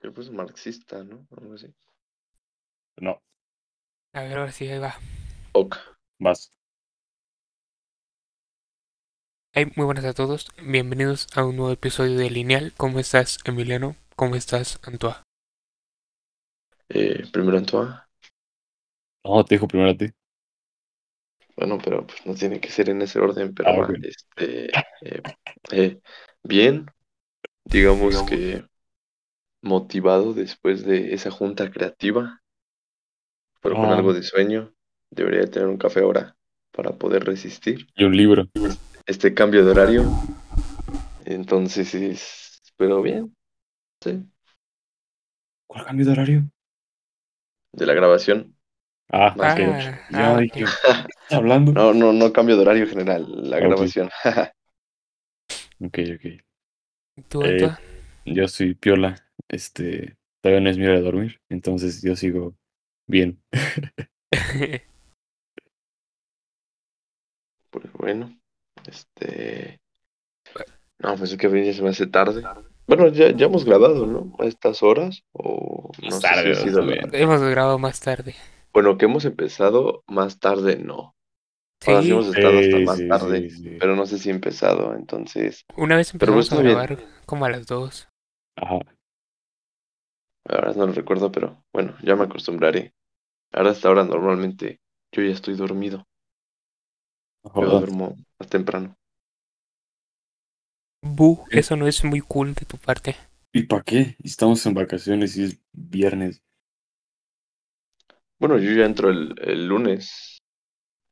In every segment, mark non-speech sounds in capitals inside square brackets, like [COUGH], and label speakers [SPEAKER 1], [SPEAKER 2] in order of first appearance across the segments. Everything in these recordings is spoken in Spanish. [SPEAKER 1] Creo que es marxista, ¿no? Algo así.
[SPEAKER 2] No,
[SPEAKER 3] A ver, ahora sí, ahí va.
[SPEAKER 1] Ok.
[SPEAKER 2] vas.
[SPEAKER 3] Hey, muy buenas a todos. Bienvenidos a un nuevo episodio de Lineal. ¿Cómo estás, Emiliano? ¿Cómo estás, Antoa?
[SPEAKER 1] Eh, primero Antoine.
[SPEAKER 2] No, te dijo primero a ti.
[SPEAKER 1] Bueno, pero pues no tiene que ser en ese orden, pero
[SPEAKER 2] Ah,
[SPEAKER 1] va,
[SPEAKER 2] ok.
[SPEAKER 1] este, eh, eh, bien, digamos que motivado después de esa junta creativa, pero con
[SPEAKER 2] Ah.
[SPEAKER 1] algo de sueño, debería de tener un café ahora para poder resistir
[SPEAKER 2] Y un libro.
[SPEAKER 1] este cambio de horario. Entonces, es, pero bien, sí,
[SPEAKER 2] ¿Cuál cambio de horario?
[SPEAKER 1] de la grabación.
[SPEAKER 2] Ah,
[SPEAKER 1] Ah,
[SPEAKER 2] ok. Ya
[SPEAKER 3] ah, ok.
[SPEAKER 2] dije, ¿qué estás hablando?
[SPEAKER 1] No, no, no cambio de horario general, la
[SPEAKER 2] Ok.
[SPEAKER 1] grabación.
[SPEAKER 2] Ok, ok.
[SPEAKER 3] ¿Tú,
[SPEAKER 2] Eh,
[SPEAKER 3] Antoa?
[SPEAKER 2] Yo soy Piola. Este, todavía no es mi hora de dormir, entonces yo sigo bien.
[SPEAKER 1] Pues bueno, este. No, pues es que a mí ya se me hace tarde. Bueno, ya, ya hemos grabado, ¿no? A estas horas. O no sé
[SPEAKER 2] Más
[SPEAKER 1] si ha
[SPEAKER 2] tarde,
[SPEAKER 1] sido
[SPEAKER 2] está
[SPEAKER 1] la-
[SPEAKER 2] bien.
[SPEAKER 3] [LAUGHS] Hemos grabado más tarde.
[SPEAKER 1] Bueno, que hemos empezado más tarde, no. Ahora sí
[SPEAKER 3] Sí,
[SPEAKER 1] hemos estado hasta
[SPEAKER 2] Sí,
[SPEAKER 1] más
[SPEAKER 2] sí,
[SPEAKER 1] tarde.
[SPEAKER 2] sí, sí.
[SPEAKER 1] Pero no sé si he empezado, entonces.
[SPEAKER 3] una vez
[SPEAKER 1] pero
[SPEAKER 3] empezamos a
[SPEAKER 1] está bien.
[SPEAKER 3] grabar como a las dos.
[SPEAKER 2] Ajá.
[SPEAKER 1] Ahora no lo recuerdo, pero bueno, ya me acostumbraré. Ahora hasta ahora normalmente yo ya estoy dormido. Yo
[SPEAKER 2] no jodas.
[SPEAKER 1] duermo más temprano.
[SPEAKER 3] Bu,
[SPEAKER 2] Sí.
[SPEAKER 3] eso no es muy cool de tu parte. [LAUGHS]
[SPEAKER 2] ¿Y para qué? Estamos en vacaciones y es viernes.
[SPEAKER 1] Bueno, yo ya entro el, el lunes.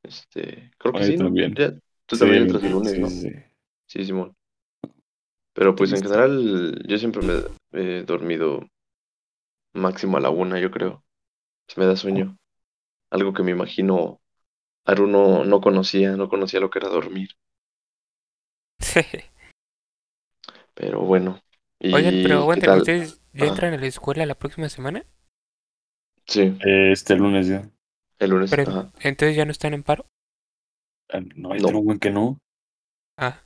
[SPEAKER 1] Este. Creo que
[SPEAKER 2] Ah, yo
[SPEAKER 1] sí, ¿no?
[SPEAKER 2] también.
[SPEAKER 1] Ya- tú
[SPEAKER 2] Sí,
[SPEAKER 1] también
[SPEAKER 2] el
[SPEAKER 1] entras el lunes,
[SPEAKER 2] 26,
[SPEAKER 1] ¿no?
[SPEAKER 2] sí, sí.
[SPEAKER 1] Sí, Simón. Pero pues en
[SPEAKER 2] Listo.
[SPEAKER 1] general yo siempre me he eh, dormido máximo a la una, yo creo. Se me da sueño. Algo que me imagino Aru no, no conocía, no conocía lo que era dormir. Pero bueno. ¿Y
[SPEAKER 3] Oigan, pero
[SPEAKER 1] qué
[SPEAKER 3] aguanten,
[SPEAKER 1] tal?
[SPEAKER 3] ¿ustedes ya
[SPEAKER 1] Ah.
[SPEAKER 3] entran a la escuela la próxima semana?
[SPEAKER 1] Sí,
[SPEAKER 2] Eh, este lunes ya.
[SPEAKER 1] el lunes.
[SPEAKER 3] Pero
[SPEAKER 1] ajá.
[SPEAKER 3] entonces ya no están en paro.
[SPEAKER 2] Ah, No, hay
[SPEAKER 1] No.
[SPEAKER 2] un buen que no.
[SPEAKER 3] Ah,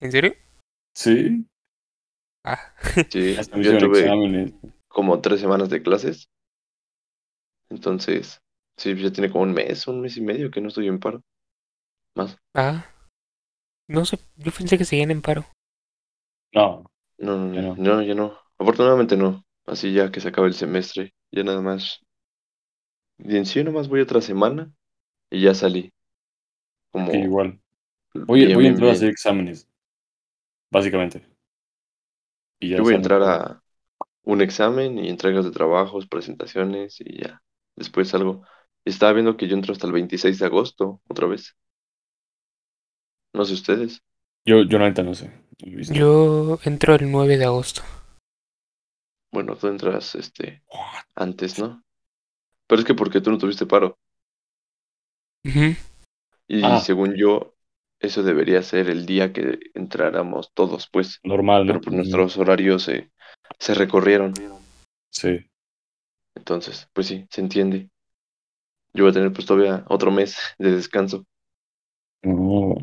[SPEAKER 3] ¿en serio?
[SPEAKER 2] Sí,
[SPEAKER 3] Ah,
[SPEAKER 1] Sí,
[SPEAKER 2] hasta me
[SPEAKER 1] yo
[SPEAKER 2] hicieron
[SPEAKER 1] tuve
[SPEAKER 2] exámenes.
[SPEAKER 1] como tres semanas de clases. Entonces, sí, ya tiene como un mes, un mes y medio que no estoy en paro. Más.
[SPEAKER 3] ah. No sé, yo pensé que seguían en paro.
[SPEAKER 2] No,
[SPEAKER 1] No, no,
[SPEAKER 2] Ya
[SPEAKER 1] no,
[SPEAKER 2] no.
[SPEAKER 1] no, ya no. Afortunadamente no. Así ya que se acaba el semestre, ya nada más. Y en sí nomás voy otra semana y ya salí. Como
[SPEAKER 2] que igual. Voy,
[SPEAKER 1] bien,
[SPEAKER 2] voy a
[SPEAKER 1] bien,
[SPEAKER 2] entrar a
[SPEAKER 1] bien.
[SPEAKER 2] hacer exámenes, básicamente. Y ya
[SPEAKER 1] Yo voy a
[SPEAKER 2] salen.
[SPEAKER 1] entrar a un examen y entregas de trabajos, presentaciones y ya. Después salgo. Estaba viendo que yo entro hasta el 26 de agosto, otra vez. No sé ustedes.
[SPEAKER 2] Yo, yo la neta no sé. no he visto.
[SPEAKER 3] Yo entro el 9 de agosto.
[SPEAKER 1] Bueno, tú entras este antes, ¿no? Pero es que porque tú no tuviste paro.
[SPEAKER 3] Ujú.
[SPEAKER 1] Y
[SPEAKER 2] Ah.
[SPEAKER 1] según yo, eso debería ser el día que entráramos todos, pues.
[SPEAKER 2] Normal, ¿no?
[SPEAKER 1] Pero pues nuestros horarios se, se recorrieron.
[SPEAKER 2] Sí.
[SPEAKER 1] Entonces, pues sí, se entiende. Yo voy a tener pues todavía otro mes [LAUGHS] de descanso.
[SPEAKER 2] No,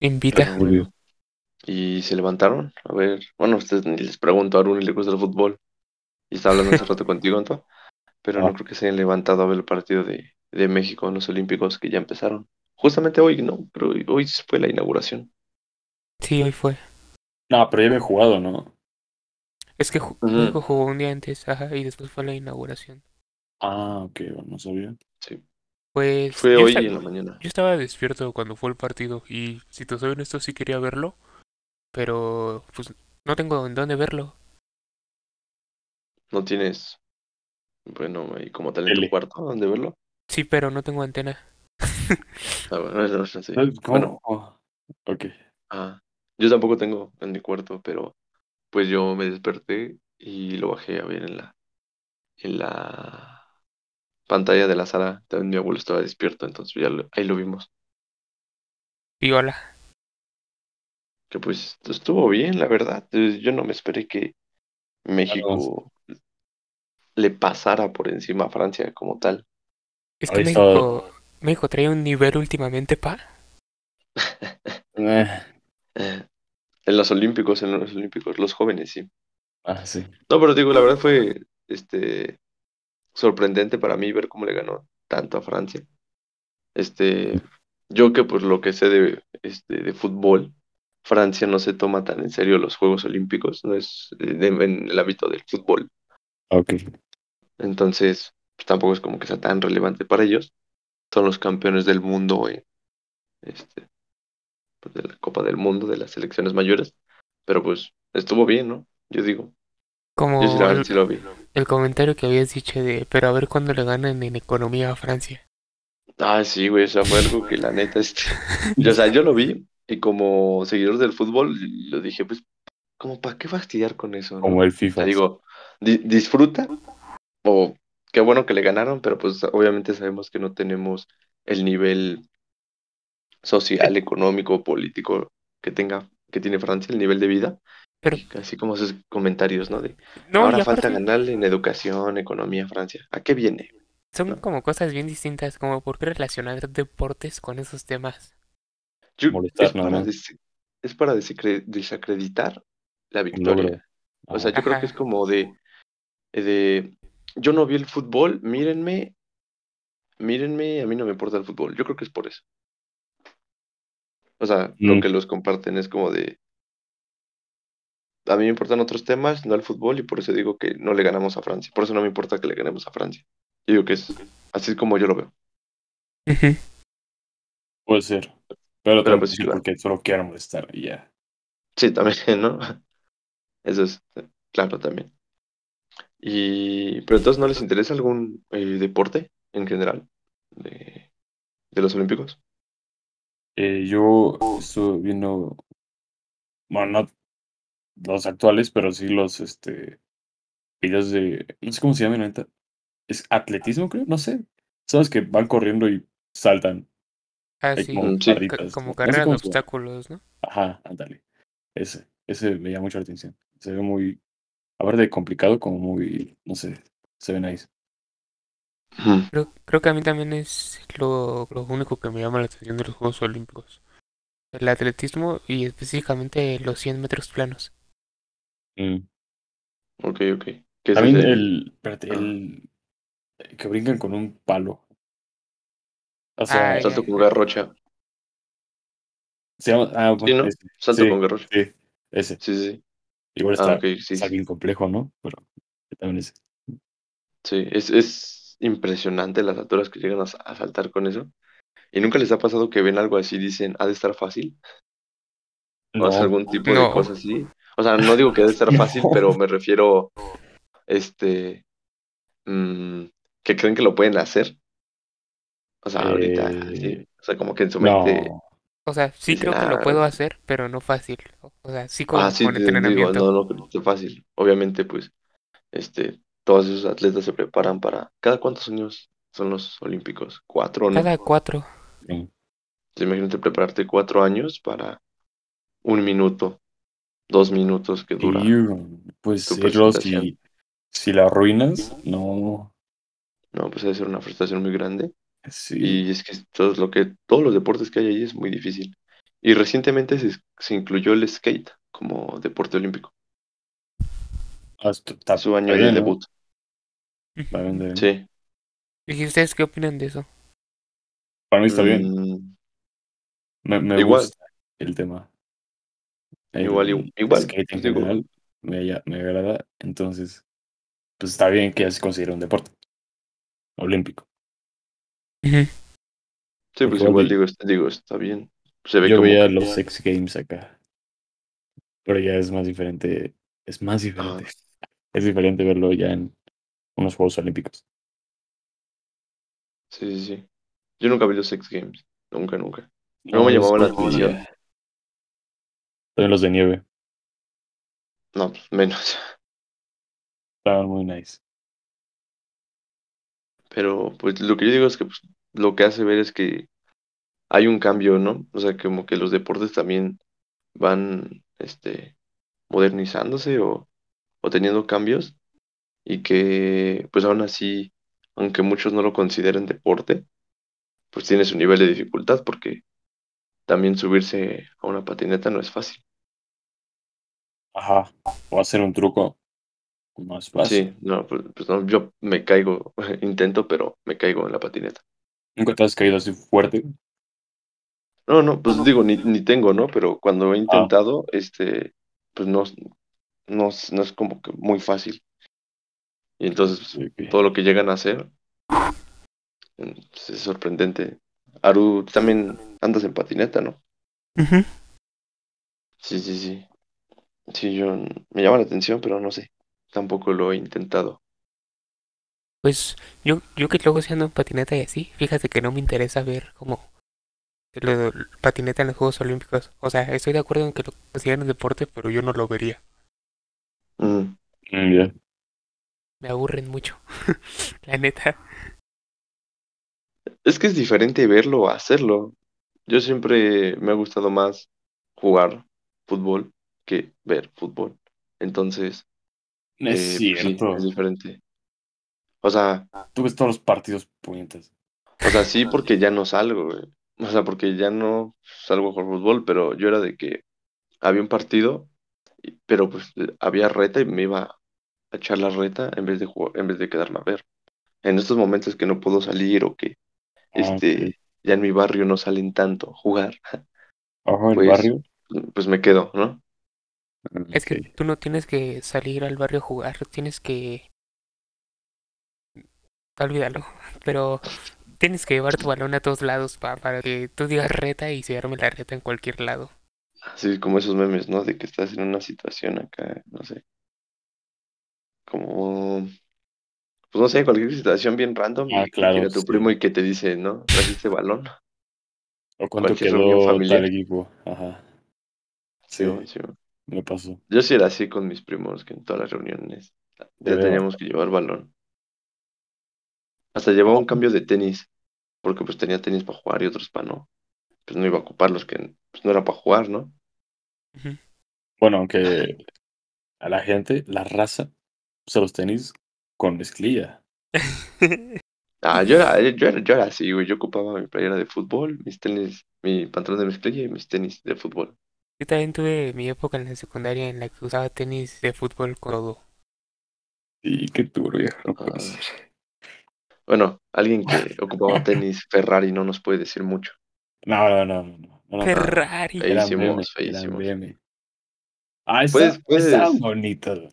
[SPEAKER 3] Invita.
[SPEAKER 2] Julio.
[SPEAKER 1] Y se levantaron. A ver, bueno, ustedes ni les pregunto a Arun le gusta el fútbol. Y estaba hablando hace rato contigo, Anto. Pero no
[SPEAKER 2] Ah.
[SPEAKER 1] creo que se hayan levantado a ver el partido de, de México en los Olímpicos que ya empezaron. Justamente hoy, ¿no? Pero hoy- hoy fue la inauguración.
[SPEAKER 3] Sí, hoy fue.
[SPEAKER 2] No, pero ya había jugado, ¿no?
[SPEAKER 3] Es que ju-
[SPEAKER 1] Ujú.
[SPEAKER 3] México jugó un día antes, ajá, y después fue la inauguración.
[SPEAKER 2] Ah, ok, bueno, no sabía.
[SPEAKER 1] Sí.
[SPEAKER 3] Pues
[SPEAKER 1] Fue
[SPEAKER 3] yo,
[SPEAKER 1] hoy
[SPEAKER 3] esta-
[SPEAKER 1] en la mañana.
[SPEAKER 3] yo estaba despierto cuando fue el partido y si te soy honesto sí quería verlo, pero pues no tengo en dónde verlo.
[SPEAKER 1] No tienes, bueno, ahí como tal en tu
[SPEAKER 2] Tele.
[SPEAKER 1] cuarto, ¿dónde verlo?
[SPEAKER 3] Sí, pero no tengo antena.
[SPEAKER 1] Ah, bueno, [LAUGHS] no, no sé.
[SPEAKER 2] ¿Cómo? Ah, Ok.
[SPEAKER 1] Ah, yo tampoco tengo en mi cuarto, pero pues yo me desperté y lo bajé a ver en la, en la pantalla de la sala. También mi abuelo estaba despierto, entonces ya lo- ahí lo vimos.
[SPEAKER 3] Viola.
[SPEAKER 1] Que pues estuvo bien, la verdad. Eh, Yo no me esperé que México le pasara por encima a Francia como tal.
[SPEAKER 3] Es que
[SPEAKER 2] Ahí está.
[SPEAKER 3] México, México trae un nivel últimamente, pa.
[SPEAKER 2] Eh,
[SPEAKER 1] Eh. En los Olímpicos, en los Olímpicos, los jóvenes, sí.
[SPEAKER 2] Ah, sí.
[SPEAKER 1] No, pero digo, la verdad fue este sorprendente para mí ver cómo le ganó tanto a Francia. Este, yo que pues lo que sé de este de fútbol, Francia no se toma tan en serio los Juegos Olímpicos, no es eh, de- en el ámbito del fútbol.
[SPEAKER 2] Ok.
[SPEAKER 1] Entonces, pues, tampoco es como que sea tan relevante para ellos. Son los campeones del mundo en este pues, de la Copa del Mundo de las selecciones mayores, pero pues estuvo bien, ¿no? Yo digo,
[SPEAKER 3] Como
[SPEAKER 1] yo sí la verdad
[SPEAKER 3] el,
[SPEAKER 1] sí lo vi.
[SPEAKER 3] el comentario que habías dicho de, pero a ver cuándo le ganan en economía a Francia.
[SPEAKER 1] Ah, sí, güey, o sea, fue algo que la neta, este, [LAUGHS] yo, o sea, yo lo vi y como seguidor del fútbol, lo dije, pues, como, ¿para qué fastidiar con eso, no?
[SPEAKER 2] Como el
[SPEAKER 1] O sea,
[SPEAKER 2] FIFA.
[SPEAKER 1] digo, di- disfruta o qué bueno que le ganaron, pero pues obviamente sabemos que no tenemos el nivel social, económico, político que tenga, que tiene Francia, el nivel de vida,
[SPEAKER 3] Pero-
[SPEAKER 1] y así como sus comentarios, ¿no? De,
[SPEAKER 3] No,
[SPEAKER 1] ahora
[SPEAKER 3] y
[SPEAKER 1] falta
[SPEAKER 3] aparte
[SPEAKER 1] ganarle en educación, economía, Francia, ¿a qué viene?
[SPEAKER 3] son como cosas bien distintas, como por qué relacionar deportes con esos temas.
[SPEAKER 1] Yo-
[SPEAKER 2] Molestar
[SPEAKER 1] es,
[SPEAKER 2] nada
[SPEAKER 1] para
[SPEAKER 2] más.
[SPEAKER 1] des- es para desacre- desacreditar la
[SPEAKER 2] Un logro.
[SPEAKER 1] victoria. O sea,
[SPEAKER 2] Ah,
[SPEAKER 1] yo creo que es
[SPEAKER 3] Ajá.
[SPEAKER 1] como de, eh, de, yo no vi el fútbol, mírenme, mírenme, a mí no me importa el fútbol. Yo creo que es por eso. O sea,
[SPEAKER 2] Mm.
[SPEAKER 1] lo que los comparten es como de, a mí me importan otros temas, no el fútbol, y por eso digo que no le ganamos a Francia. Por eso no me importa que le ganemos a Francia. Yo digo que es así es como yo lo veo.
[SPEAKER 2] puede ser. Pero,
[SPEAKER 1] Pero
[SPEAKER 2] también
[SPEAKER 1] pues sí, claro.
[SPEAKER 2] porque solo quiero molestar y ya.
[SPEAKER 1] Sí, también, [LAUGHS] ¿no? Eso es eh, claro también. Y, pero entonces, ¿no les interesa algún eh, deporte en general de, de los Olímpicos?
[SPEAKER 2] Eh, yo estuve viendo, bueno, no los actuales, pero sí los este videos de, no sé cómo se llaman ahorita. Es atletismo, creo, no sé. Sabes que van corriendo y saltan.
[SPEAKER 3] Ah,
[SPEAKER 2] Hay
[SPEAKER 3] sí,
[SPEAKER 2] como
[SPEAKER 1] Mm, sí.
[SPEAKER 3] ca-
[SPEAKER 2] barritas.
[SPEAKER 3] como
[SPEAKER 2] No, no sé
[SPEAKER 3] carreras de
[SPEAKER 2] cómo se llama.
[SPEAKER 3] obstáculos, ¿no?
[SPEAKER 2] Ajá, ándale. Ese, ese me llama mucho la atención. Se ve muy, aparte de complicado, como muy, no sé, se ve nice.
[SPEAKER 3] Creo, creo que a mí también es lo, lo único que me llama la atención de los Juegos Olímpicos. El atletismo y específicamente los 100 metros planos.
[SPEAKER 1] Ok, ok. ¿Qué es
[SPEAKER 2] También
[SPEAKER 1] ese?
[SPEAKER 2] el, espérate, el eh, que brincan con un palo. O sea,
[SPEAKER 3] Ah, ya.
[SPEAKER 1] Salto con garrocha.
[SPEAKER 2] se llama, ah,
[SPEAKER 1] Sí,
[SPEAKER 2] bueno,
[SPEAKER 1] ¿no?
[SPEAKER 2] ese,
[SPEAKER 1] Salto
[SPEAKER 2] sí,
[SPEAKER 1] con garrocha.
[SPEAKER 2] sí, ese.
[SPEAKER 1] Sí, sí, sí.
[SPEAKER 2] Igual
[SPEAKER 1] Ah,
[SPEAKER 2] está,
[SPEAKER 1] ok, sí,
[SPEAKER 2] está
[SPEAKER 1] sí.
[SPEAKER 2] bien complejo, ¿no? Pero también es,
[SPEAKER 1] Sí, es, es impresionante las alturas que llegan a, sa- a saltar con eso. ¿Y nunca les ha pasado que ven algo así y dicen, ha de estar fácil? ¿O hace
[SPEAKER 2] no,
[SPEAKER 1] algún tipo de
[SPEAKER 3] No.
[SPEAKER 1] cosa así? O sea, no digo que ha de estar
[SPEAKER 2] No. [LAUGHS]
[SPEAKER 1] fácil, pero me refiero, este, mm, que creen que lo pueden hacer. O sea, ahorita,
[SPEAKER 2] Eh,
[SPEAKER 1] sí. O sea, como que en su mente...
[SPEAKER 2] no,
[SPEAKER 3] O sea, sí
[SPEAKER 1] Dicen,
[SPEAKER 3] creo que lo
[SPEAKER 1] ah,
[SPEAKER 3] puedo hacer, pero no fácil. O sea, sí
[SPEAKER 1] ah,
[SPEAKER 3] con,
[SPEAKER 1] sí,
[SPEAKER 3] con
[SPEAKER 1] te- digo,
[SPEAKER 3] entrenamiento.
[SPEAKER 1] no, no, que no esté fácil. Obviamente, pues, este, todos esos atletas se preparan para. ¿Cada cuántos años son los olímpicos? Cuatro, ¿no?
[SPEAKER 3] Cada cuatro.
[SPEAKER 2] no,
[SPEAKER 1] Te Imagínate prepararte cuatro años para un minuto, dos minutos que dura
[SPEAKER 2] tío, pues
[SPEAKER 1] tu
[SPEAKER 2] serlo
[SPEAKER 1] presentación.
[SPEAKER 2] si, si la arruinas, no,
[SPEAKER 1] No, pues debe ser una frustración muy grande.
[SPEAKER 2] sí.
[SPEAKER 1] Y es que todo lo que, todos los deportes que hay ahí es muy difícil. Y recientemente se, se incluyó el skate como deporte olímpico.
[SPEAKER 2] Hasta, está,
[SPEAKER 1] Su
[SPEAKER 2] Ah, está
[SPEAKER 1] año de
[SPEAKER 2] bien, ¿no?
[SPEAKER 1] debut.
[SPEAKER 2] Está bien, está bien.
[SPEAKER 1] Sí.
[SPEAKER 3] ¿Y ustedes qué opinan de eso?
[SPEAKER 2] Para mí está bien.
[SPEAKER 1] Mm,
[SPEAKER 2] Me, me
[SPEAKER 1] igual.
[SPEAKER 2] gusta el tema.
[SPEAKER 1] Igual,
[SPEAKER 2] El
[SPEAKER 1] igu- igual,
[SPEAKER 2] skate en
[SPEAKER 1] pues digo,
[SPEAKER 2] general me, ya- me agrada. Entonces, pues está bien que ya se considere un deporte olímpico.
[SPEAKER 1] sí,
[SPEAKER 2] Porque
[SPEAKER 1] pues
[SPEAKER 2] igual
[SPEAKER 1] igual
[SPEAKER 2] y-
[SPEAKER 1] digo, est- digo, está bien. Se ve
[SPEAKER 2] Yo
[SPEAKER 1] como
[SPEAKER 2] veía
[SPEAKER 1] que,
[SPEAKER 2] los X Games acá. Pero ya es más diferente. Es más diferente. [LAUGHS] Es diferente verlo ya en unos Juegos Olímpicos.
[SPEAKER 1] sí, sí, sí. Yo nunca vi los X Games, nunca, nunca. No
[SPEAKER 2] No,
[SPEAKER 1] me
[SPEAKER 2] yo
[SPEAKER 1] llamaba la
[SPEAKER 2] sí vi
[SPEAKER 1] atención.
[SPEAKER 2] ya. También los de nieve.
[SPEAKER 1] No, pues menos.
[SPEAKER 2] Estaban muy nice.
[SPEAKER 1] Pero pues lo que yo digo es que pues, lo que hace ver es que hay un cambio, ¿no? O sea, como que los deportes también van, este, modernizándose o, o teniendo cambios y que pues aún así, aunque muchos no lo consideren deporte, pues tiene su nivel de dificultad porque también subirse a una patineta no es fácil.
[SPEAKER 2] Ajá. O hacer un truco. No es fácil.
[SPEAKER 1] Sí, no, pues, pues no, yo me caigo, [LAUGHS] intento, pero me caigo en la patineta.
[SPEAKER 2] ¿Nunca te has caído así fuerte?
[SPEAKER 1] No, no, pues digo, ni, ni tengo, ¿no? Pero cuando he intentado, este, pues no, no, es- no es como que muy fácil. Y entonces, pues,
[SPEAKER 2] Sí, que-
[SPEAKER 1] todo lo que llegan a hacer mm, pues, es sorprendente. Aru, tú también andas en patineta, ¿no?
[SPEAKER 3] Ujú.
[SPEAKER 1] Sí, sí, sí. Sí, yo me llama la atención, pero no sé. Tampoco lo he intentado.
[SPEAKER 3] Pues yo, yo que luego siendo en patineta y así, fíjate que no me interesa ver como lo- patineta en los Juegos Olímpicos. O sea, estoy de acuerdo en que lo consideran deporte, pero yo no lo vería.
[SPEAKER 1] Mm,
[SPEAKER 2] Mm, ya.
[SPEAKER 3] Me aburren mucho, [LAUGHS] la neta.
[SPEAKER 1] Es que es diferente verlo a hacerlo. Yo siempre me ha gustado más jugar fútbol que ver fútbol. Entonces,
[SPEAKER 2] No es
[SPEAKER 1] eh, pues sí,
[SPEAKER 2] cierto.
[SPEAKER 1] es diferente. O sea,
[SPEAKER 2] Tú ves todos los partidos puñetas.
[SPEAKER 1] o sea, sí porque ya no salgo, güey. O sea, porque ya no salgo a jugar fútbol, pero yo era de que había un partido, y- pero pues había reta y me iba a echar la reta en vez de jugar, en vez de quedarme a ver. En estos momentos que no puedo salir o que
[SPEAKER 2] Ah,
[SPEAKER 1] este ya en mi barrio no salen tanto a jugar, [LAUGHS]
[SPEAKER 2] Ojo, el
[SPEAKER 1] Pues, mm,
[SPEAKER 2] barrio.
[SPEAKER 1] pues me quedo, ¿no?
[SPEAKER 3] Es que
[SPEAKER 2] Ok.
[SPEAKER 3] tú no tienes que salir al barrio a jugar, tienes que... Olvídalo, [LAUGHS] pero tienes que llevar tu balón a todos lados pa- para que tú digas reta y se arme la reta en cualquier lado.
[SPEAKER 1] Así como esos memes, ¿no? De que estás en una situación acá, no sé, como, pues no sé, cualquier situación bien random
[SPEAKER 2] Ah,
[SPEAKER 1] y que
[SPEAKER 2] claro,
[SPEAKER 1] llega tu
[SPEAKER 2] sí.
[SPEAKER 1] primo y que te dice, ¿no? ¿Trajiste balón? [LAUGHS]
[SPEAKER 2] O cuánto
[SPEAKER 1] cualquier reunión
[SPEAKER 2] quedó
[SPEAKER 1] familiar.
[SPEAKER 2] tal equipo. Ajá. Sí,
[SPEAKER 1] Simón, Simón.
[SPEAKER 2] me pasó.
[SPEAKER 1] Yo sí era así con mis primos, que en todas las reuniones ya
[SPEAKER 2] veo.
[SPEAKER 1] teníamos que llevar balón. Hasta llevaba un cambio de tenis, porque pues tenía tenis para jugar y otros para no. Pues no iba a ocupar los que pues, no era para jugar, ¿no?
[SPEAKER 3] Ujú.
[SPEAKER 2] Bueno, aunque a la gente, la raza, usa los tenis con mezclilla.
[SPEAKER 1] Ah, yo era, yo era, yo era así, güey. Yo ocupaba mi playera de fútbol, mis tenis, mi pantalón de mezclilla y mis tenis de fútbol.
[SPEAKER 3] [LAUGHS] Yo también tuve mi época en la secundaria en la que usaba tenis de fútbol con todo.
[SPEAKER 2] Y qué duro, viejo. No puede
[SPEAKER 1] Ah.
[SPEAKER 2] ser.
[SPEAKER 1] Bueno, alguien
[SPEAKER 2] [LAUGHS]
[SPEAKER 1] que ocupaba tenis Ferrari no nos puede decir mucho.
[SPEAKER 2] No, no, no, no, no. no, no.
[SPEAKER 3] Ferrari.
[SPEAKER 1] Ahí
[SPEAKER 2] Eran
[SPEAKER 1] hicimos,
[SPEAKER 2] meme,
[SPEAKER 1] ahí
[SPEAKER 2] eran
[SPEAKER 1] hicimos.
[SPEAKER 2] meme. Ah, está,
[SPEAKER 1] Puedes,
[SPEAKER 2] está
[SPEAKER 1] puedes,
[SPEAKER 2] bonito.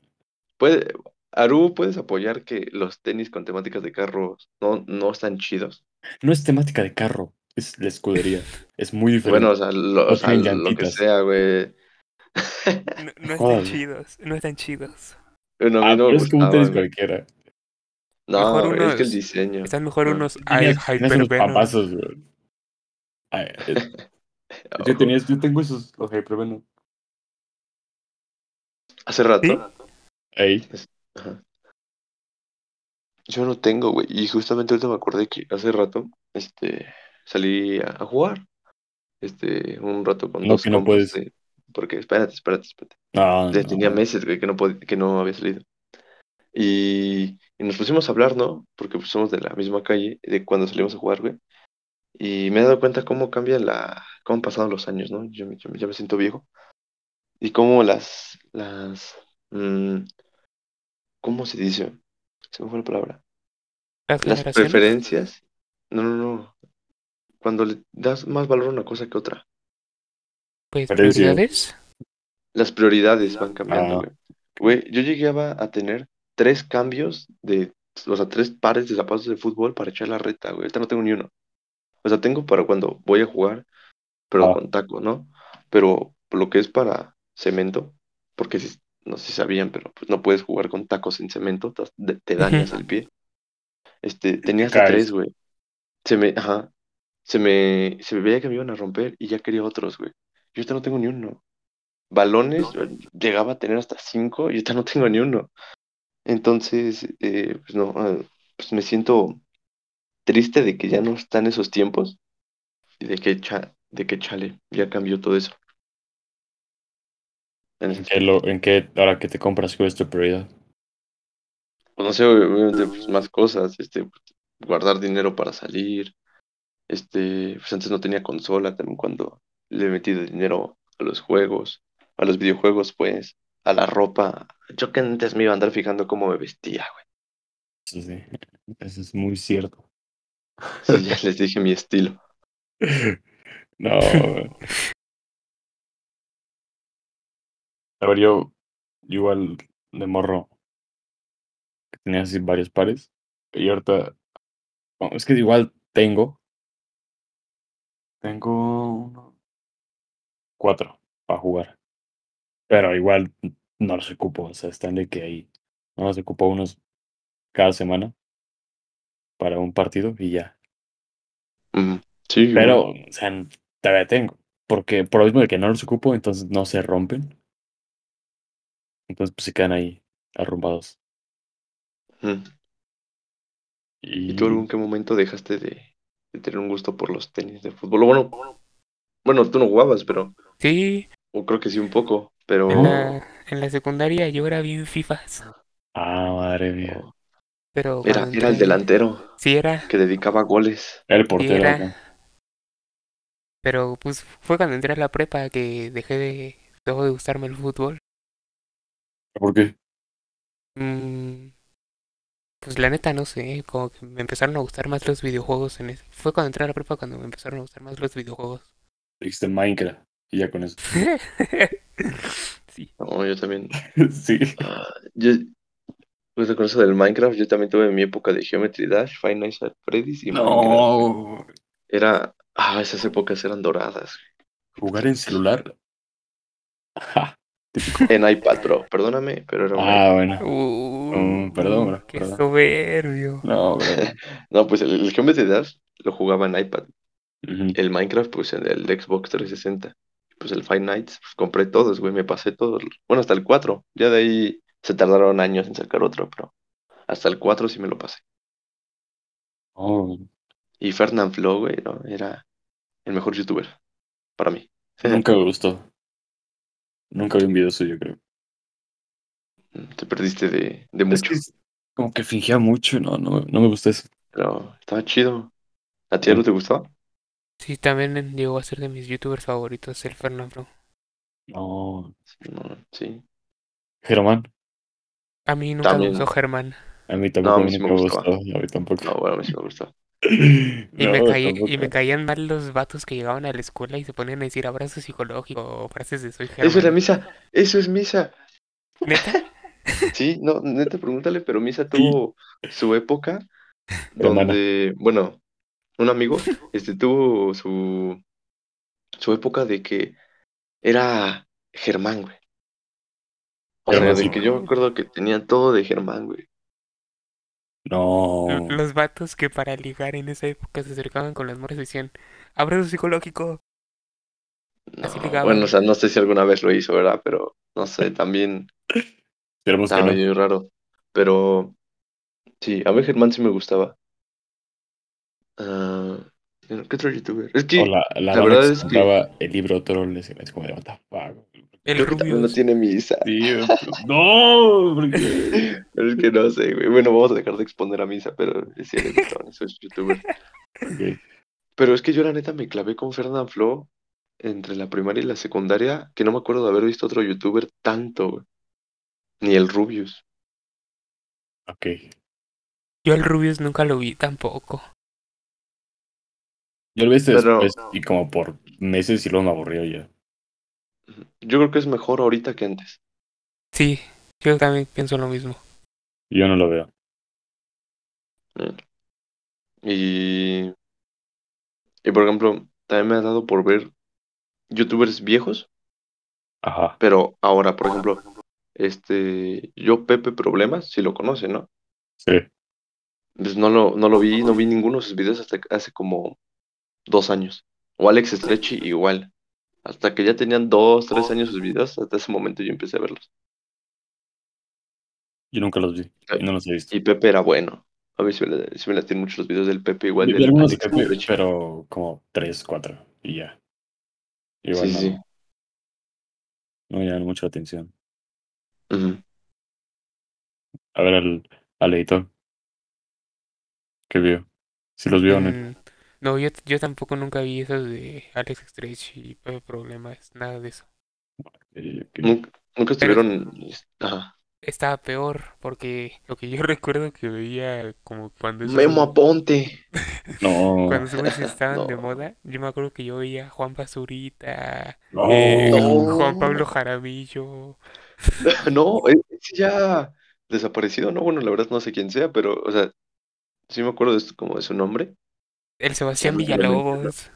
[SPEAKER 1] puede, Aru, ¿puedes apoyar que los tenis con temáticas de carros no, no están chidos?
[SPEAKER 2] No es temática de carro, es la escudería. Es muy diferente.
[SPEAKER 1] Pues Bueno, o sea, lo, o
[SPEAKER 2] No
[SPEAKER 1] sea,
[SPEAKER 2] tienen
[SPEAKER 1] lo que
[SPEAKER 2] llantitas.
[SPEAKER 1] sea, güey.
[SPEAKER 3] No, no están
[SPEAKER 2] Joder.
[SPEAKER 3] chidos, no están chidos.
[SPEAKER 1] Bueno, a mí
[SPEAKER 2] Ah,
[SPEAKER 1] no me
[SPEAKER 2] pero es como un
[SPEAKER 1] gustaba,
[SPEAKER 2] tenis
[SPEAKER 1] güey.
[SPEAKER 2] cualquiera.
[SPEAKER 1] No, güey,
[SPEAKER 3] Mejor
[SPEAKER 1] es que el
[SPEAKER 3] unos-
[SPEAKER 1] diseño.
[SPEAKER 3] Están mejor
[SPEAKER 1] no.
[SPEAKER 3] unos Air
[SPEAKER 2] Tenías, tenías unos
[SPEAKER 3] Hypervenom.
[SPEAKER 2] papazos, güey. Ah,
[SPEAKER 1] [LAUGHS]
[SPEAKER 2] eh, yo,
[SPEAKER 1] Ojo.
[SPEAKER 2] tenías, yo tengo esos, los Hypervenom.
[SPEAKER 1] Hace rato.
[SPEAKER 2] Ey,
[SPEAKER 1] Ajá. Yo no tengo, güey. Y justamente ahorita me acordé que hace rato, este, salí a, a jugar. Este, un rato con
[SPEAKER 2] No,
[SPEAKER 1] dos
[SPEAKER 2] que no
[SPEAKER 1] compas
[SPEAKER 2] puedes.
[SPEAKER 1] de- Porque, espérate, espérate, espérate.
[SPEAKER 2] no,
[SPEAKER 1] Ya
[SPEAKER 2] Ah, no.
[SPEAKER 1] tenía meses, güey, que no, pod- que no había salido. Y, y nos pusimos a hablar, ¿no? Porque pues, somos de la misma calle, de cuando salimos a jugar, güey. Y me he dado cuenta cómo cambia la, cómo han pasado los años, ¿no? Yo, me- yo me- ya me siento viejo. Y cómo las, las, mm, ¿cómo se dice? Se me fue la palabra.
[SPEAKER 3] Las
[SPEAKER 1] Las
[SPEAKER 3] generaciones.
[SPEAKER 1] preferencias. No, no, no. Cuando le das más valor a una cosa que otra.
[SPEAKER 3] Pues
[SPEAKER 2] Preferencias.
[SPEAKER 3] prioridades.
[SPEAKER 1] Las prioridades van cambiando,
[SPEAKER 2] Ah.
[SPEAKER 1] güey. Güey, yo llegaba a tener tres cambios de, o sea, tres pares de zapatos de fútbol para echar la reta, güey. Ahorita no tengo ni uno. O sea, tengo para cuando voy a jugar, pero
[SPEAKER 2] Ah.
[SPEAKER 1] con taco, ¿no? Pero lo que es para cemento, porque si- no sé si sabían, pero pues no puedes jugar con tacos en cemento, tas- de- te dañas
[SPEAKER 2] [LAUGHS]
[SPEAKER 1] el pie. Este, tenía hasta
[SPEAKER 2] caes.
[SPEAKER 1] tres, güey. Se me, ajá, se me, se me veía que me iban a romper y ya quería otros, güey. Yo ahorita no tengo ni uno. Balones, eh, llegaba a tener hasta cinco y ahorita no tengo ni uno. Entonces, eh, pues no, eh, pues me siento triste de que ya no están esos tiempos y de que, cha- de que chale, ya cambió todo eso. En ese
[SPEAKER 2] ¿En qué, lo- en qué- ahora que te compras, cuál es tu prioridad?
[SPEAKER 1] Pues no sé, obviamente, pues más cosas, este, guardar dinero para salir, este, pues antes no tenía consola también cuando le he metido dinero a los juegos, a los videojuegos, pues, a la ropa. Yo que antes me iba a andar fijando cómo me vestía, güey.
[SPEAKER 2] Eso sí, eso es muy cierto.
[SPEAKER 1] Sí, ya les dije mi estilo.
[SPEAKER 2] [LAUGHS] No. güey. A ver, yo yo igual de morro que tenía así varios pares. Y ahorita, bueno, es que igual tengo. Tengo uno, cuatro para jugar. Pero igual no los ocupo. O sea, están de que ahí no los ocupo unos cada semana para un partido y ya.
[SPEAKER 1] Ujú. Mm. Sí, güey.
[SPEAKER 2] Pero, o sea, n- todavía tengo. Porque por lo mismo de que no los ocupo, entonces no se rompen. Entonces pues, se quedan ahí arrumbados.
[SPEAKER 1] Ujú.
[SPEAKER 2] Y,
[SPEAKER 1] Mm. ¿Y tú algún qué momento dejaste de, de tener un gusto por los tenis de fútbol? O Bueno, bueno, tú no jugabas, pero
[SPEAKER 3] Sí,
[SPEAKER 1] o creo que sí un poco, pero
[SPEAKER 3] en
[SPEAKER 1] Oh.
[SPEAKER 3] la, en la secundaria yo era bien fifas,
[SPEAKER 2] Ah, madre mía.
[SPEAKER 1] oh,
[SPEAKER 3] pero
[SPEAKER 1] era,
[SPEAKER 3] cuando
[SPEAKER 1] era el
[SPEAKER 3] entré-
[SPEAKER 1] delantero
[SPEAKER 3] Sí era,
[SPEAKER 1] que dedicaba goles.
[SPEAKER 2] Era el portero.
[SPEAKER 3] era-
[SPEAKER 2] acá.
[SPEAKER 3] pero pues fue cuando entré a la prepa que dejé de, dejó de gustarme el fútbol.
[SPEAKER 2] ¿Por qué?
[SPEAKER 3] Mm, pues la neta no sé, como que me empezaron a gustar más los videojuegos en ese- Fue cuando entré a la prepa cuando me empezaron a gustar más los videojuegos.
[SPEAKER 1] [LAUGHS]
[SPEAKER 2] Dijiste Minecraft. Y ya con eso. [LAUGHS]
[SPEAKER 3] Sí.
[SPEAKER 1] No, yo también.
[SPEAKER 2] sí.
[SPEAKER 1] ah, yo, pues con eso del Minecraft, yo también tuve mi época de Geometry Dash, Five Nights at Freddy's y Minecraft.
[SPEAKER 2] No.
[SPEAKER 1] Era, ah, esas épocas eran doradas.
[SPEAKER 2] Jugar en celular. Ja, típico.
[SPEAKER 1] En iPad Pro, perdóname, pero era un iPad.
[SPEAKER 2] Ah, bueno.
[SPEAKER 3] Uh,
[SPEAKER 2] Mm, perdón, bro,
[SPEAKER 3] qué
[SPEAKER 2] perdón.
[SPEAKER 3] soberbio.
[SPEAKER 2] [LAUGHS] No, bro.
[SPEAKER 1] No, pues el, el Geometry Dash lo jugaba en iPad.
[SPEAKER 2] Ujú.
[SPEAKER 1] El Minecraft, pues en el Xbox 360. Pues el Five Nights, pues compré todos, güey, me pasé todos. Bueno, hasta el 4. Ya de ahí se tardaron años en sacar otro, pero hasta el 4 sí me lo pasé.
[SPEAKER 2] Oh,
[SPEAKER 1] Y Fernand Flo, güey, no, era el mejor youtuber para mí.
[SPEAKER 2] nunca me gustó. Nunca vi un video suyo, creo.
[SPEAKER 1] Te perdiste de, de
[SPEAKER 2] Es
[SPEAKER 1] mucho,
[SPEAKER 2] que es- como que fingía mucho. No, no, no me gusta eso.
[SPEAKER 1] pero estaba chido. ¿A ti no te gustaba?
[SPEAKER 3] Sí, también llegó a ser de mis youtubers favoritos el Fernando.
[SPEAKER 2] No.
[SPEAKER 1] No, sí.
[SPEAKER 2] Germán.
[SPEAKER 3] A mí nunca me
[SPEAKER 1] También.
[SPEAKER 3] gustó Germán.
[SPEAKER 2] A mí tampoco
[SPEAKER 1] mí sí
[SPEAKER 2] nunca
[SPEAKER 1] me
[SPEAKER 2] me
[SPEAKER 1] gustaba.
[SPEAKER 2] gustó. A mí tampoco.
[SPEAKER 1] No, bueno, a mí sí me gustaba.
[SPEAKER 3] Y, me
[SPEAKER 2] No,
[SPEAKER 3] caí- y me
[SPEAKER 2] tampoco.
[SPEAKER 3] caían mal los vatos que llegaban a la escuela y se ponían a decir abrazo psicológico o frases de soy Germán.
[SPEAKER 1] Eso es la misa, eso es misa.
[SPEAKER 3] ¿Neta?
[SPEAKER 1] [LAUGHS] Sí, no, neta, pregúntale, pero Misa tuvo su época
[SPEAKER 2] Hermana.
[SPEAKER 1] donde, bueno, un amigo, este, tuvo su, su época de que era Germán, güey. O sea,
[SPEAKER 2] Germán
[SPEAKER 1] de
[SPEAKER 2] sí.
[SPEAKER 1] que yo me acuerdo que tenía todo de Germán, güey.
[SPEAKER 2] No.
[SPEAKER 3] Los vatos que para ligar en esa época se acercaban con las morras y decían abrazo psicológico.
[SPEAKER 1] No,
[SPEAKER 3] Así ligaban.
[SPEAKER 1] Ah, bueno, o sea, no sé si alguna vez lo hizo, ¿verdad? Pero no
[SPEAKER 2] [LAUGHS]
[SPEAKER 1] sé, también
[SPEAKER 2] Esperemos Pues que
[SPEAKER 1] estaba
[SPEAKER 2] no.
[SPEAKER 1] medio raro. Pero sí, a mí Germán sí me gustaba. Ah, ¿qué otro youtuber? Es que
[SPEAKER 2] O la, la,
[SPEAKER 1] la
[SPEAKER 2] banda
[SPEAKER 1] verdad
[SPEAKER 2] que
[SPEAKER 1] es
[SPEAKER 2] se
[SPEAKER 1] que-
[SPEAKER 2] compraba el libro troll es, es como de what the fuck.
[SPEAKER 3] El
[SPEAKER 1] creo que también lo
[SPEAKER 3] Rubius.
[SPEAKER 1] tiene
[SPEAKER 2] [LAUGHS]
[SPEAKER 1] Misa.
[SPEAKER 2] Sí, no, porque
[SPEAKER 1] Pero es que no sé, güey. Bueno, vamos a dejar de exponer a misa, pero sí le
[SPEAKER 2] [LAUGHS]
[SPEAKER 1] gustaban esos youtubers. Pero es que yo la neta me clavé con Fernand Flo entre la primaria y la secundaria, que no me acuerdo de haber visto otro youtuber tanto, güey. Ni el Rubius.
[SPEAKER 2] ok.
[SPEAKER 3] Yo al Rubius nunca lo vi tampoco.
[SPEAKER 2] Yo lo viste
[SPEAKER 1] Pero-
[SPEAKER 2] después y como por meses y luego me aburrió ya.
[SPEAKER 1] Yo creo que es mejor ahorita que antes.
[SPEAKER 3] Sí, yo también pienso lo mismo.
[SPEAKER 2] Yo no lo veo.
[SPEAKER 1] Y. Y por ejemplo, también me ha dado por ver youtubers viejos,
[SPEAKER 2] Ajá.
[SPEAKER 1] pero ahora, por ejemplo, este. Yo, Pepe Problemas, si lo conocen, ¿no?
[SPEAKER 2] Sí.
[SPEAKER 1] Pues no lo, no lo vi, no vi ninguno de sus videos hasta que- hace como dos años. O Alex Stretchy igual. Hasta que ya tenían dos, tres años sus videos, hasta ese momento yo empecé a verlos.
[SPEAKER 2] Yo nunca los vi. Y no los he visto.
[SPEAKER 1] Y Pepe era bueno. A mí sí me, la- sí me latían mucho los videos del Pepe, igual
[SPEAKER 2] Vi
[SPEAKER 1] del
[SPEAKER 2] algunos de
[SPEAKER 1] Alex
[SPEAKER 2] Pepe,
[SPEAKER 1] Stretchy.
[SPEAKER 2] pero como tres, cuatro y ya. Igual
[SPEAKER 1] Sí,
[SPEAKER 2] no,
[SPEAKER 1] sí.
[SPEAKER 2] no me llaman mucho la atención.
[SPEAKER 1] Ujú.
[SPEAKER 2] A ver al, al editor. ¿Qué vio? Si los vio o no.
[SPEAKER 3] Mm, no, yo, yo tampoco nunca vi esos de Alex Stretch y Pepe Problemas, eh, nada de eso.
[SPEAKER 2] Eh, ok.
[SPEAKER 1] Nunca- Nunca estuvieron. este, Ajá.
[SPEAKER 3] Estaba peor, porque lo que yo [LAUGHS] recuerdo que veía como cuando esos
[SPEAKER 1] Memo Aponte. [LAUGHS]
[SPEAKER 2] No,
[SPEAKER 3] Cuando esos güeyes estaban de
[SPEAKER 1] No.
[SPEAKER 3] moda, yo me acuerdo que yo veía a Juan Basurita,
[SPEAKER 2] no.
[SPEAKER 3] eh,
[SPEAKER 2] Oh.
[SPEAKER 1] No.
[SPEAKER 3] Juan Pablo Jaramillo.
[SPEAKER 1] No, e-, ese ya desaparecido, ¿no? Bueno, la verdad no sé quién sea, pero, o sea, sí me acuerdo de esto, como de su nombre.
[SPEAKER 3] El Sebastián
[SPEAKER 1] Seguramente no.
[SPEAKER 3] Villalobos.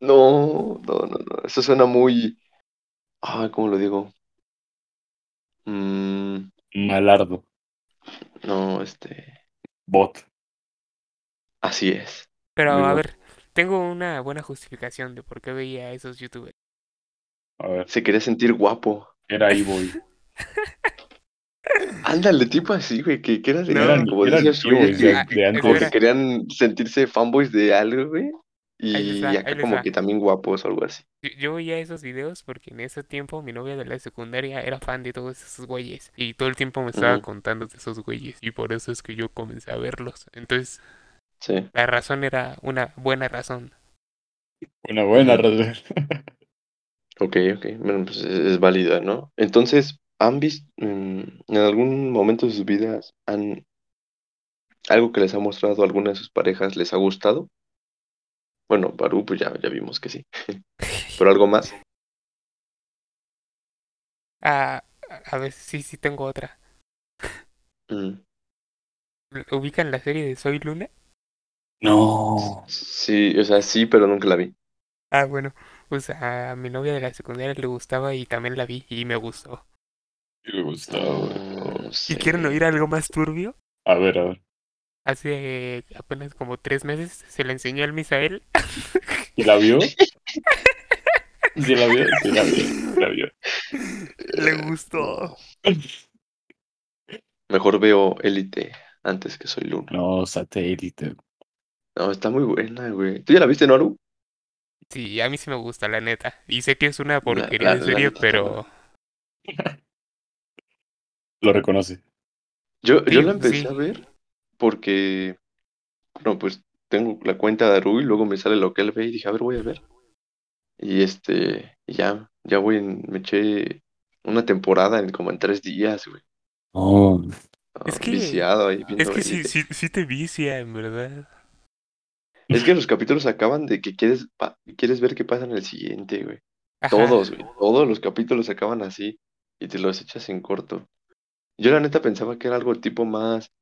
[SPEAKER 1] No, no, no, no. Eso suena muy. Ay, ¿cómo lo digo? Mm,
[SPEAKER 2] Malardo,
[SPEAKER 1] no, este.
[SPEAKER 2] bot.
[SPEAKER 1] Así es.
[SPEAKER 3] Pero
[SPEAKER 2] Muy
[SPEAKER 3] a
[SPEAKER 2] bueno.
[SPEAKER 3] ver, tengo una buena justificación de por qué veía a esos youtubers.
[SPEAKER 2] A ver,
[SPEAKER 1] Se quería sentir guapo.
[SPEAKER 2] era ahí voy.
[SPEAKER 1] Ándale, tipo así, güey, que, que era de
[SPEAKER 3] No,
[SPEAKER 2] Eran,
[SPEAKER 1] como
[SPEAKER 2] eran
[SPEAKER 1] decías, güey,
[SPEAKER 2] e-boys
[SPEAKER 1] que-
[SPEAKER 2] de, de
[SPEAKER 3] Ah,
[SPEAKER 1] como que
[SPEAKER 2] antes.
[SPEAKER 1] querían sentirse fanboys de algo, güey.
[SPEAKER 3] Ahí les
[SPEAKER 1] Y
[SPEAKER 3] va, ahí
[SPEAKER 1] acá
[SPEAKER 3] les
[SPEAKER 1] como
[SPEAKER 3] va.
[SPEAKER 1] que también guapos o algo así.
[SPEAKER 3] Yo, yo veía esos videos porque en ese tiempo mi novia de la secundaria era fan de todos esos güeyes y todo el tiempo me estaba
[SPEAKER 1] Ujú.
[SPEAKER 3] contando de esos güeyes y por eso es que yo comencé a verlos. Entonces,
[SPEAKER 1] Sí.
[SPEAKER 3] la razón era una buena
[SPEAKER 2] [LAUGHS]
[SPEAKER 3] razón.
[SPEAKER 2] Una buena razón.
[SPEAKER 1] Ok, ok. Bueno, pues es, es válida, ¿no? Entonces, ¿han visto en algún momento de sus vidas han algo que les ha mostrado alguna de sus parejas les ha gustado? Bueno, Barú, pues ya, ya vimos que sí. Pero algo más.
[SPEAKER 3] Ah, a ver, sí, sí tengo otra.
[SPEAKER 1] Mm.
[SPEAKER 3] ¿Ubican la serie de Soy Luna?
[SPEAKER 2] No.
[SPEAKER 1] Sí, o sea, sí, pero nunca la vi.
[SPEAKER 3] Ah, bueno, pues a mi novia de la secundaria le gustaba y también la vi y me gustó.
[SPEAKER 2] Me
[SPEAKER 1] Mm,
[SPEAKER 2] gustaba.
[SPEAKER 3] Si
[SPEAKER 1] sí.
[SPEAKER 3] quieren oír algo más turbio,
[SPEAKER 2] A ver, a ver.
[SPEAKER 3] hace apenas como tres meses se la enseñó al Misael.
[SPEAKER 2] ¿Y la vio? ¿Sí la vio? Sí la vio. sí la vio.
[SPEAKER 3] Le gustó.
[SPEAKER 1] Mejor veo Élite antes que Soy Luna.
[SPEAKER 2] No, satélite.
[SPEAKER 1] No, está muy buena, güey. ¿Tú ya la viste, no, Aru?
[SPEAKER 3] Sí, a mí sí me gusta, la neta. Y sé que es una porquería
[SPEAKER 1] la-
[SPEAKER 3] de
[SPEAKER 1] la
[SPEAKER 3] serie,
[SPEAKER 1] neta está
[SPEAKER 3] pero
[SPEAKER 2] Lo reconoce.
[SPEAKER 1] Yo, yo
[SPEAKER 3] Sí,
[SPEAKER 1] la empecé
[SPEAKER 3] sí.
[SPEAKER 1] a ver porque, bueno, pues tengo la cuenta de Aru y luego me sale lo que él ve y dije, a ver, voy a ver. Y este, y ya, ya voy, en- me eché una temporada en como en tres días, güey.
[SPEAKER 2] No.
[SPEAKER 3] Es
[SPEAKER 1] Ah,
[SPEAKER 3] que-
[SPEAKER 1] viciado ahí viendo
[SPEAKER 3] es que sí,
[SPEAKER 1] Élite.
[SPEAKER 3] sí, sí te vicia, en verdad.
[SPEAKER 1] Es que los capítulos acaban de que quieres, pa- quieres ver qué pasa en el siguiente, güey.
[SPEAKER 3] Ajá.
[SPEAKER 1] Todos, güey. Todos los capítulos acaban así y te los echas en corto. Yo la neta pensaba que era algo tipo más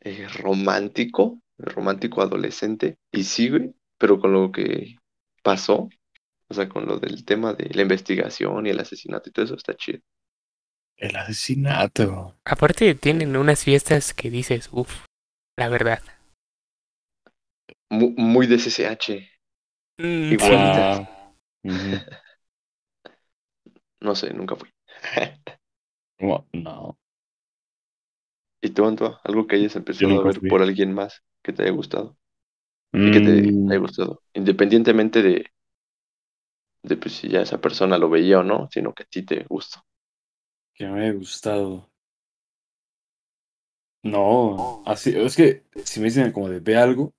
[SPEAKER 1] eh, romántico, romántico adolescente. Y sí, güey, pero con lo que pasó, o sea, con lo del tema de la investigación y el asesinato y todo eso, está chido.
[SPEAKER 2] El asesinato.
[SPEAKER 3] Aparte tienen unas fiestas que dices, uff, la verdad.
[SPEAKER 1] Mu- Muy, de CCH,
[SPEAKER 3] Mm,
[SPEAKER 1] Igual.
[SPEAKER 3] sí.
[SPEAKER 2] Ah, ujú.
[SPEAKER 1] no sé, nunca fui. [LAUGHS]
[SPEAKER 2] Como, No.
[SPEAKER 1] ¿Y tú, Antoa, algo que hayas empezado a
[SPEAKER 2] nunca
[SPEAKER 1] ver
[SPEAKER 2] fui.
[SPEAKER 1] por alguien más que te haya gustado? y que te
[SPEAKER 2] Mm,
[SPEAKER 1] haya gustado, independientemente de, de pues, si ya esa persona lo veía o no, sino que a ti te gustó.
[SPEAKER 2] que me ha gustado. No. Así, es que si me dicen como de ve algo,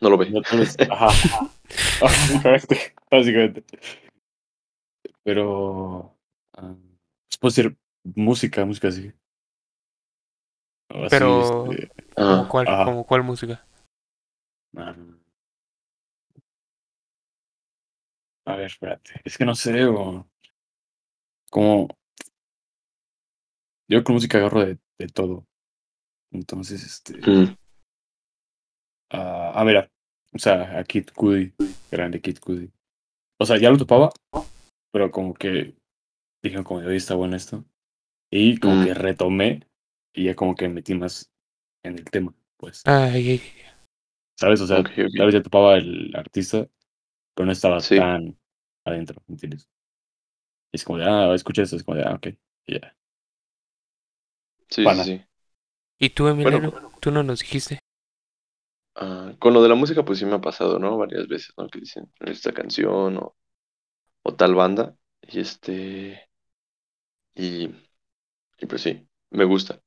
[SPEAKER 1] No lo ve.
[SPEAKER 2] No, no es- ajá. [LAUGHS] Básicamente, básicamente. Pero. ah, puede ser música, música así. O así,
[SPEAKER 3] Pero-
[SPEAKER 2] este,
[SPEAKER 3] ¿Como
[SPEAKER 1] Ah,
[SPEAKER 3] cuál,
[SPEAKER 2] ajá.
[SPEAKER 3] como cuál música?
[SPEAKER 2] ah. A ver, espérate. Es que no sé, o. Como. Yo con música agarro de, de todo. Entonces, este.
[SPEAKER 1] mm,
[SPEAKER 2] Ah, ah, mira. O sea, a Kid Cudi. Grande Kid Cudi. O sea, ya lo topaba, pero como que dije, como, hoy está bueno esto. Y como
[SPEAKER 1] Mm.
[SPEAKER 2] que retomé y ya como que metí más en el tema, pues.
[SPEAKER 3] Ay, ay,
[SPEAKER 2] ¿Sabes? O sea,
[SPEAKER 1] ok, ok.
[SPEAKER 2] tal vez ya topaba el artista, pero no estaba
[SPEAKER 1] Sí.
[SPEAKER 2] tan adentro, ¿entiendes? Y es como de, ah, escucha esto, es como de, ah, ok, y ya.
[SPEAKER 1] Sí, sí,
[SPEAKER 2] pana.
[SPEAKER 1] sí.
[SPEAKER 3] ¿Y tú,
[SPEAKER 1] Bueno,
[SPEAKER 3] Emiliano? Tú no nos dijiste.
[SPEAKER 1] ah, con lo de la música, pues sí me ha pasado, ¿no? Varias veces, ¿no? Que dicen esta canción o, o tal banda. Y este. Y, y pues sí, me gusta.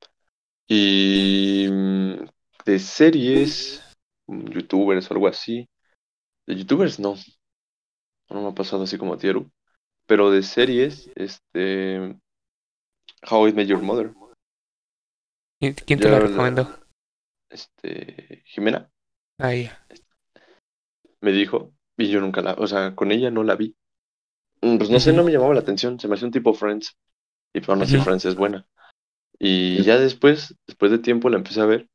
[SPEAKER 1] Y mm, de series, mm, youtubers o algo así. De youtubers no. No me ha pasado así como a ti, Aru. Pero de series, este. How I Met Your Mother.
[SPEAKER 3] ¿Quién quién te
[SPEAKER 1] Yo
[SPEAKER 3] la
[SPEAKER 1] la-
[SPEAKER 3] recomendó?
[SPEAKER 1] Este. Jimena
[SPEAKER 3] Ah, ya.
[SPEAKER 1] me dijo, y yo nunca la. O sea, con ella no la vi. Mm, Pues no sé,
[SPEAKER 3] Ujú.
[SPEAKER 1] no me llamaba la atención. Se me hacía un tipo Friends. Y pues no sé,
[SPEAKER 3] Ujú.
[SPEAKER 1] Friends es buena. Y
[SPEAKER 2] Sí.
[SPEAKER 1] ya después, después de tiempo, la empecé a ver.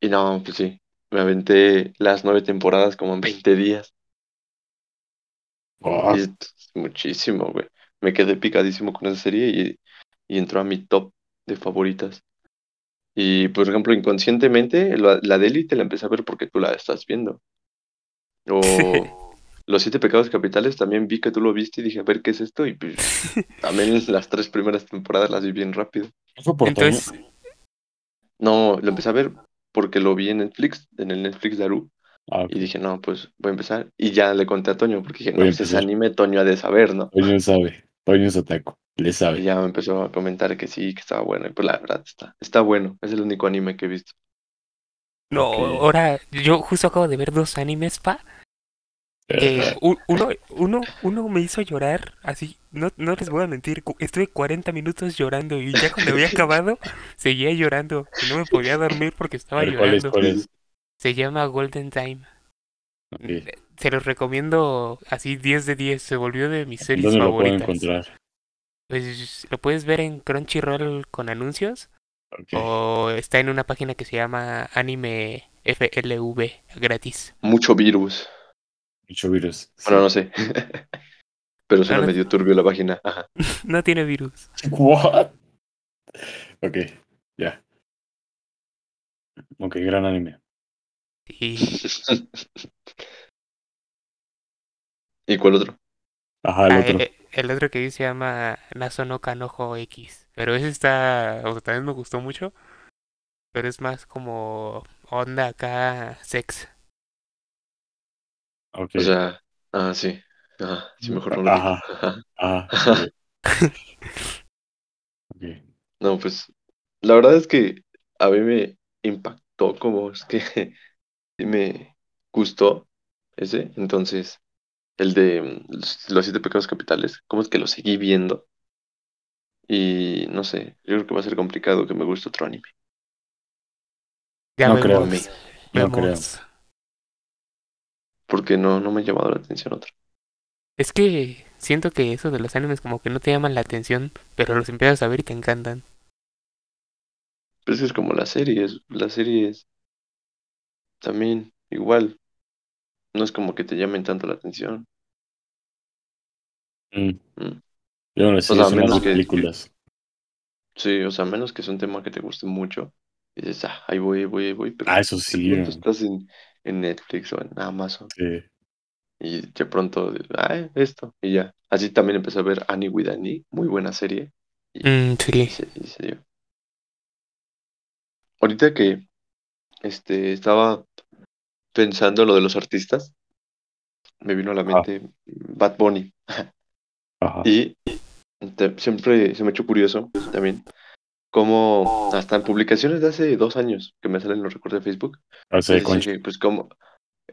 [SPEAKER 1] Y no, pues sí. Me aventé las nueve temporadas como en 20 días.
[SPEAKER 2] Ah,
[SPEAKER 1] Y es muchísimo, güey. Me quedé picadísimo con esa serie y, y entró a mi top de favoritas. Y, por ejemplo, inconscientemente, la, la de Élite la empecé a ver porque tú la estás viendo.
[SPEAKER 2] [LAUGHS]
[SPEAKER 1] O Los Siete Pecados Capitales también vi que tú lo viste y dije, a ver, ¿qué es esto? Y pues, también [LAUGHS] las tres primeras temporadas las vi bien rápido.
[SPEAKER 2] ¿no fue por Toño?
[SPEAKER 3] Entonces,
[SPEAKER 1] No, lo empecé a ver porque lo vi en Netflix, en el Netflix de Aru.
[SPEAKER 2] Ah, ok.
[SPEAKER 1] Y dije, no, pues voy a empezar. Y ya le conté a Toño porque dije, no,
[SPEAKER 2] Voy a
[SPEAKER 1] pues ese
[SPEAKER 2] empezar.
[SPEAKER 1] anime Toño ha de saber, ¿no?
[SPEAKER 2] Toño sabe. Toño es ataco. Le
[SPEAKER 1] "Ah". Y
[SPEAKER 2] sabe.
[SPEAKER 1] ya me empezó a comentar que sí, que estaba bueno. Y pues la verdad está, está bueno. Es el único anime que he visto.
[SPEAKER 3] no,
[SPEAKER 2] ok.
[SPEAKER 3] ahora yo justo acabo de ver dos animes, pa.
[SPEAKER 2] Eh, ah,
[SPEAKER 3] que u- uno, uno, uno me hizo llorar, así, no, no les voy a mentir, cu- estuve 40 minutos llorando y ya
[SPEAKER 2] [LAUGHS]
[SPEAKER 3] cuando había acabado, seguía llorando y no me podía dormir porque
[SPEAKER 2] A
[SPEAKER 3] estaba
[SPEAKER 2] ver, ¿cuál es?
[SPEAKER 3] llorando. pues,
[SPEAKER 2] ¿Cuál es?
[SPEAKER 3] Se llama Golden Time.
[SPEAKER 2] Ok.
[SPEAKER 3] Se los recomiendo así 10 de 10, se volvió de mis series
[SPEAKER 2] ¿Dónde lo puedo
[SPEAKER 3] favoritas.
[SPEAKER 2] encontrar?
[SPEAKER 3] Pues lo puedes ver en Crunchyroll con anuncios
[SPEAKER 2] Ok.
[SPEAKER 3] o está en una página que se llama Anime FLV gratis.
[SPEAKER 1] Mucho virus.
[SPEAKER 2] Mucho virus.
[SPEAKER 1] Bueno, no sé. [LAUGHS] Pero suena
[SPEAKER 3] no.
[SPEAKER 1] medio turbio la página. Ajá.
[SPEAKER 3] [LAUGHS]
[SPEAKER 1] [LAUGHS]
[SPEAKER 3] No tiene virus.
[SPEAKER 2] [LAUGHS] What? Ok, ya. Ok, gran anime.
[SPEAKER 3] Y
[SPEAKER 1] ¿Y cuál otro?
[SPEAKER 2] Ajá,
[SPEAKER 3] Ah,
[SPEAKER 2] el otro.
[SPEAKER 3] eh, eh, el otro que vi se llama Nasono Kanojo X. Pero ese está. O sea, también me gustó mucho. Pero es más como onda acá sex.
[SPEAKER 2] Ok.
[SPEAKER 1] O sea, ah, sí. Ajá, sí, mejor no lo
[SPEAKER 2] Ajá.
[SPEAKER 1] digo. Ajá.
[SPEAKER 2] Ajá.
[SPEAKER 1] Ajá.
[SPEAKER 2] Ah, Ok.
[SPEAKER 1] No, pues la verdad es que a mí me impactó como es que [LAUGHS] sí me gustó ese. Entonces, el de mm, los los siete pecados capitales, ¿cómo es que lo seguí viendo? Y no sé, yo creo que va a ser complicado que me guste otro anime.
[SPEAKER 3] Ya
[SPEAKER 2] No creo.
[SPEAKER 3] vemos.
[SPEAKER 2] No creo.
[SPEAKER 3] vemos.
[SPEAKER 1] Porque no, no me ha llamado la atención otro.
[SPEAKER 3] Es que siento que eso de los animes como que no te llaman la atención. Pero los empiezas a ver y te encantan.
[SPEAKER 1] Pero es que es como las series. Las series también igual. No es como que te llamen tanto la atención.
[SPEAKER 2] Mm.
[SPEAKER 1] Mm.
[SPEAKER 2] Yo no sé,
[SPEAKER 1] O sea,
[SPEAKER 2] son las
[SPEAKER 1] menos que-
[SPEAKER 2] películas.
[SPEAKER 1] Sí, o sea, a menos que sea un tema que te guste mucho, y dices, ah, ahí voy, ahí voy, ahí voy, pero
[SPEAKER 2] Ah, eso
[SPEAKER 1] de
[SPEAKER 2] sí.
[SPEAKER 1] pronto
[SPEAKER 2] ¿no?
[SPEAKER 1] estás en, en Netflix o en Amazon,
[SPEAKER 2] Sí.
[SPEAKER 1] y de pronto, ah, esto, y ya. Así también empecé a ver Annie with Annie, muy buena serie,
[SPEAKER 3] Mm,
[SPEAKER 1] y
[SPEAKER 3] sí.
[SPEAKER 1] se, y se dio. Ahorita que este, estaba pensando en lo de los artistas, me vino a la mente Bad Bunny,
[SPEAKER 2] Ajá.
[SPEAKER 1] y te- siempre se me ha hecho curioso también, como hasta en publicaciones de hace dos años que me salen los recuerdos de Facebook,
[SPEAKER 2] O sea,
[SPEAKER 1] Yo decía que, pues como,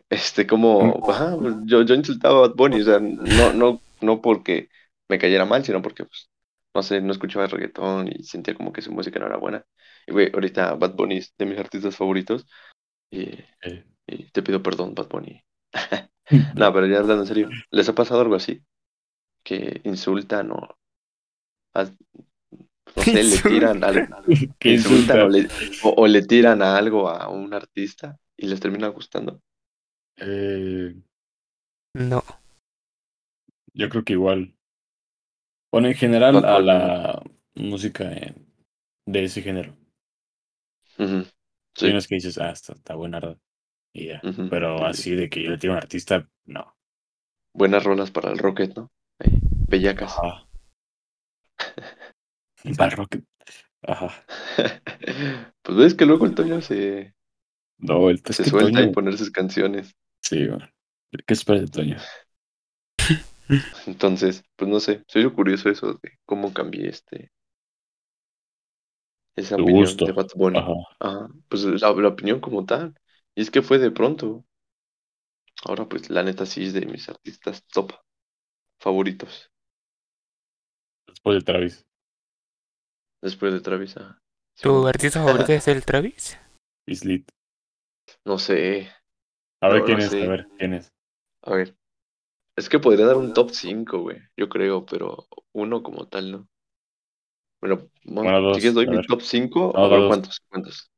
[SPEAKER 1] este, como, ajá, pues, yo, yo insultaba a Bad Bunny, o sea, no, no, no porque me cayera mal, sino porque, pues, no sé, no escuchaba reggaetón y sentía como que su música no era buena. Y, güey, ahorita Bad Bunny es de mis artistas favoritos y,
[SPEAKER 2] Eh.
[SPEAKER 1] y te pido perdón, Bad Bunny.
[SPEAKER 2] Conch-
[SPEAKER 1] No, pero ya hablando en serio, ¿les ha pasado algo así? Que insultan o, as- no
[SPEAKER 2] [LAUGHS]
[SPEAKER 1] sé, le tiran algo,
[SPEAKER 2] ¿Qué
[SPEAKER 1] insultan
[SPEAKER 2] insulta?
[SPEAKER 1] o le, o- o le tiran a algo a un artista y les termina gustando.
[SPEAKER 2] Eh,
[SPEAKER 3] No.
[SPEAKER 2] yo creo que igual. Bueno, en general
[SPEAKER 1] Bad
[SPEAKER 2] a
[SPEAKER 1] Bunny.
[SPEAKER 2] la música eh, de ese género.
[SPEAKER 1] Ujú,
[SPEAKER 2] Hay
[SPEAKER 1] Sí.
[SPEAKER 2] unas que dices, ah, está, está buena, ¿verdad? Y ya.
[SPEAKER 1] Ujú. Sí,
[SPEAKER 2] Pero
[SPEAKER 1] sí.
[SPEAKER 2] así de que yo le tiro a un artista, no.
[SPEAKER 1] Buenas rolas para el Rocket, ¿no? Ahí, Bellacas.
[SPEAKER 2] Ajá. Para Rocket. Ah. Ajá.
[SPEAKER 1] [LAUGHS] Pues ves que luego el Toño se,
[SPEAKER 2] No, el es
[SPEAKER 1] se
[SPEAKER 2] que
[SPEAKER 1] suelta
[SPEAKER 2] Toño.
[SPEAKER 1] y poner sus canciones.
[SPEAKER 2] Sí, güey. ¿Qué esperas de Toño?
[SPEAKER 1] Entonces, pues no sé, soy curioso eso de cómo cambié este esa
[SPEAKER 2] Tu
[SPEAKER 1] opinión
[SPEAKER 2] gusto.
[SPEAKER 1] de Bad Bunny.
[SPEAKER 2] Ajá.
[SPEAKER 1] Ajá, pues la, la opinión como tal. Y es que fue de pronto. Ahora pues la neta sí es de mis artistas top favoritos.
[SPEAKER 2] Después de Travis.
[SPEAKER 1] Después de Travis. ah. Sí,
[SPEAKER 3] ¿Tu artista favorito es el Travis?
[SPEAKER 2] Islit.
[SPEAKER 1] no sé.
[SPEAKER 2] A ver
[SPEAKER 1] No,
[SPEAKER 2] quién
[SPEAKER 1] no
[SPEAKER 2] es,
[SPEAKER 1] sé.
[SPEAKER 2] a ver quién es.
[SPEAKER 1] A ver. Es que podría dar un top 5, güey. Yo creo, pero uno como tal, ¿no? Bueno, bueno,
[SPEAKER 2] Bueno, dos,
[SPEAKER 1] si quieres doy
[SPEAKER 2] a
[SPEAKER 1] mi
[SPEAKER 2] ver.
[SPEAKER 1] top 5
[SPEAKER 2] No,
[SPEAKER 1] a ver
[SPEAKER 2] dos.
[SPEAKER 1] cuántos, cuántos.